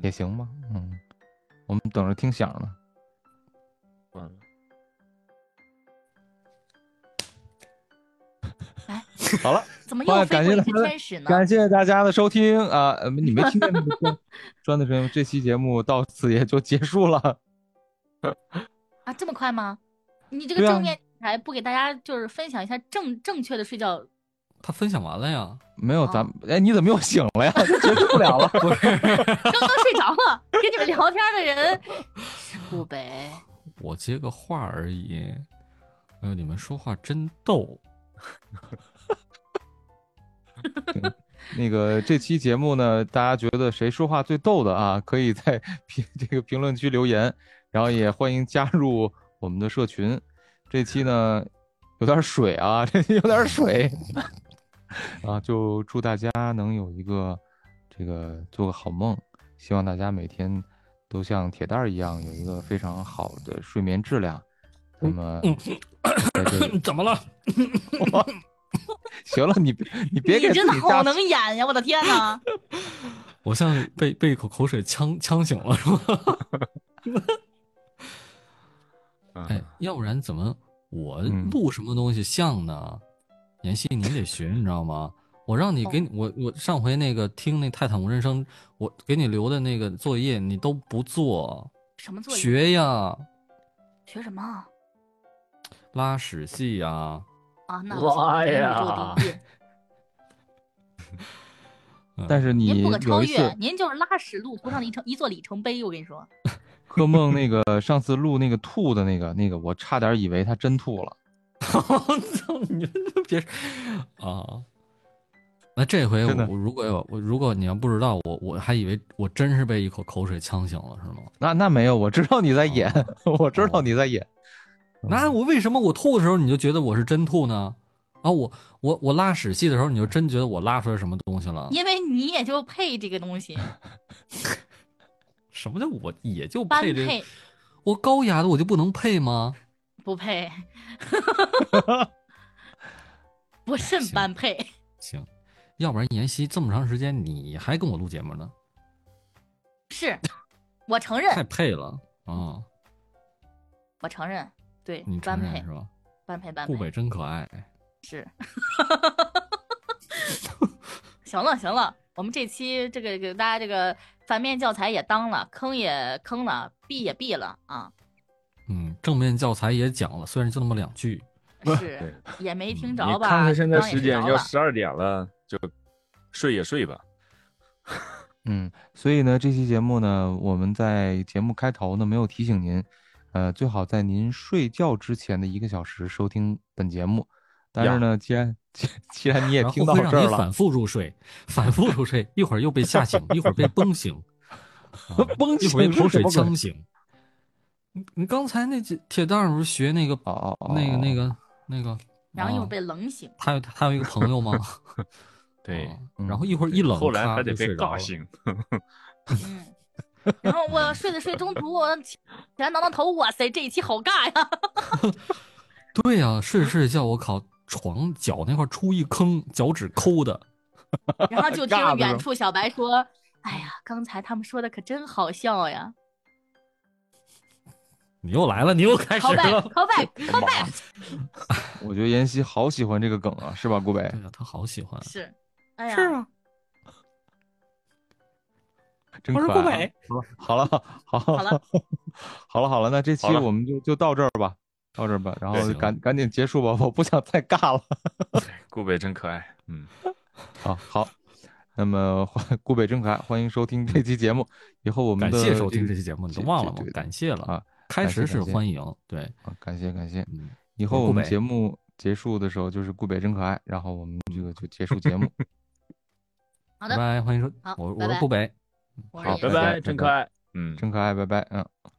也行吧，嗯，我们等着听响呢。
完了
好了，
怎么
好
又
呀
飞
感谢
过一
大
只
家
天使呢？
感谢大家的收听啊！呃你没听见那个 砖砖的声音？这期节目到此也就结束了。
啊，这么快吗？你这个
对啊
正面还不给大家就是分享一下正正确的睡觉？
他分享完了呀，
没有，咱们哎，你怎么又醒了 呀？这结束不了了。不是，
刚刚睡着了，跟你们聊天的人是顾北。
我接个话而已。哎呦，你们说话真逗！
那个这期节目呢，大家觉得谁说话最逗的啊？可以在 评这个评论区留言，然后也欢迎加入我们的社群。这期呢有点水啊， 这期有点水啊，就祝大家能有一个这个做个好梦，希望大家每天都像铁蛋儿一样有一个非常好的睡眠质量。那么
嗯，
在这里
怎么了？
行了，你别你 别给
你
自
真的
己加
好能演呀！我的天哪，
我像被被一口口水呛呛醒了，是吗？哎
嗯，，
要不然怎么我
嗯
录什么东西像呢？妍希，你得学，你知道吗？我让你
哦
给你我我上回那个听那《泰坦无人声》，我给你留的那个作业你都不做，
什么作业？
学呀，
学什么啊
拉屎戏呀，
啊？那我
哇
行
呀
宇宙第一，
但
是
是你
您不可
有
超
一次
越，啊您就是拉屎路途上的一程一座里程碑。我跟你说，
柯梦那个上次录那个吐的那个那个，我差点以为他真吐了。
哦你们都别啊。那这回
真的
我如果要我如果你要不知道我我还以为我真是被一口口水呛醒了是吗？
那那没有，我知道你在演，
哦
我知道你在演。
那我为什么我吐的时候你就觉得我是真吐呢？啊，我我我拉屎戏的时候你就真觉得我拉出来什么东西了？
因为你也就配这个东西，
什么叫我也就
般
配这
配
我高雅的我就不能配吗？
不配，不甚般配。
行，要不然妍希这么长时间你还跟我录节目呢，
是，我承
太
认，
配了啊！
我承认，对
你，
般
承认
配
是，吧？
般配，般
顾
配
北真可爱。
是。行了行了，我们这期这个给大家这个反面教材也当了，坑也坑了，避也避了啊，
嗯，正面教材也讲了，虽然就那么两句。
是也没听着
嗯你
吧？
看看现在
当也
时
没
间
着
要
吧
十二点了，就睡也睡吧。
嗯，所以呢，这期节目呢，我们在节目开头呢没有提醒您，呃，最好在您睡觉之前的一个小时收听本节目。但是呢，既然 既既然你也
然
听
后
到
会
这
让
儿
你
了，
反复入 睡，反复入睡，一会儿又被吓醒，一会儿被崩醒，啊
崩
一会儿
醒
被口
是什
水
么鬼
呛醒，你你刚才那几铁蛋儿不是学那个
哦哦，
那个那个那个，
然后一会儿被
啊
冷醒。
他有他有一个 朋友吗？
对
啊，
嗯
然后一会儿一冷，
后来
咔
还得
就
被
睡着
尬
了。
醒。
嗯，然后我睡着睡中途，我起来挠挠头，哇塞，这一期好尬呀！
对啊呀、睡着睡着觉，我靠，床脚那块儿出一坑，脚趾抠的。
然后就听
尬的是
远
吧
处小白说：“哎呀，刚才他们说的可真好笑呀
你又来了，你又开始
！”Call back,
了。
call back, call
妈
back。
我觉得妍希好喜欢这个梗啊，是吧，顾北？
对呀、他好喜欢。
是，哎呀，
啊，
真
哦我是
可爱
顾
啊
北。
好了，好，好
了，
好了，好了，那这期
好了
我们就就到这儿吧，到这儿吧，然后
行
赶赶紧结束吧，我不想再尬了。
顾北真可爱，嗯，
啊，好，那么欢顾北真可爱，欢迎收听这期节目。以后我们
感
的
谢收听
个
这期节目，你都忘了吗
对对？对
感谢了
啊！
开
感谢
始是
感谢
欢迎，对，
啊，感谢感谢。
嗯，
以后我
顾
们
北
节目结束的时候就是顾北真可爱，然后我们这个就结束节目。
好
拜
的，
拜，欢迎收
好，
我
拜
我是
拜
顾北。
我
好
是
拜
拜
妍
拜
拜，真可
拜
爱，嗯，
真可爱，拜拜，嗯。
希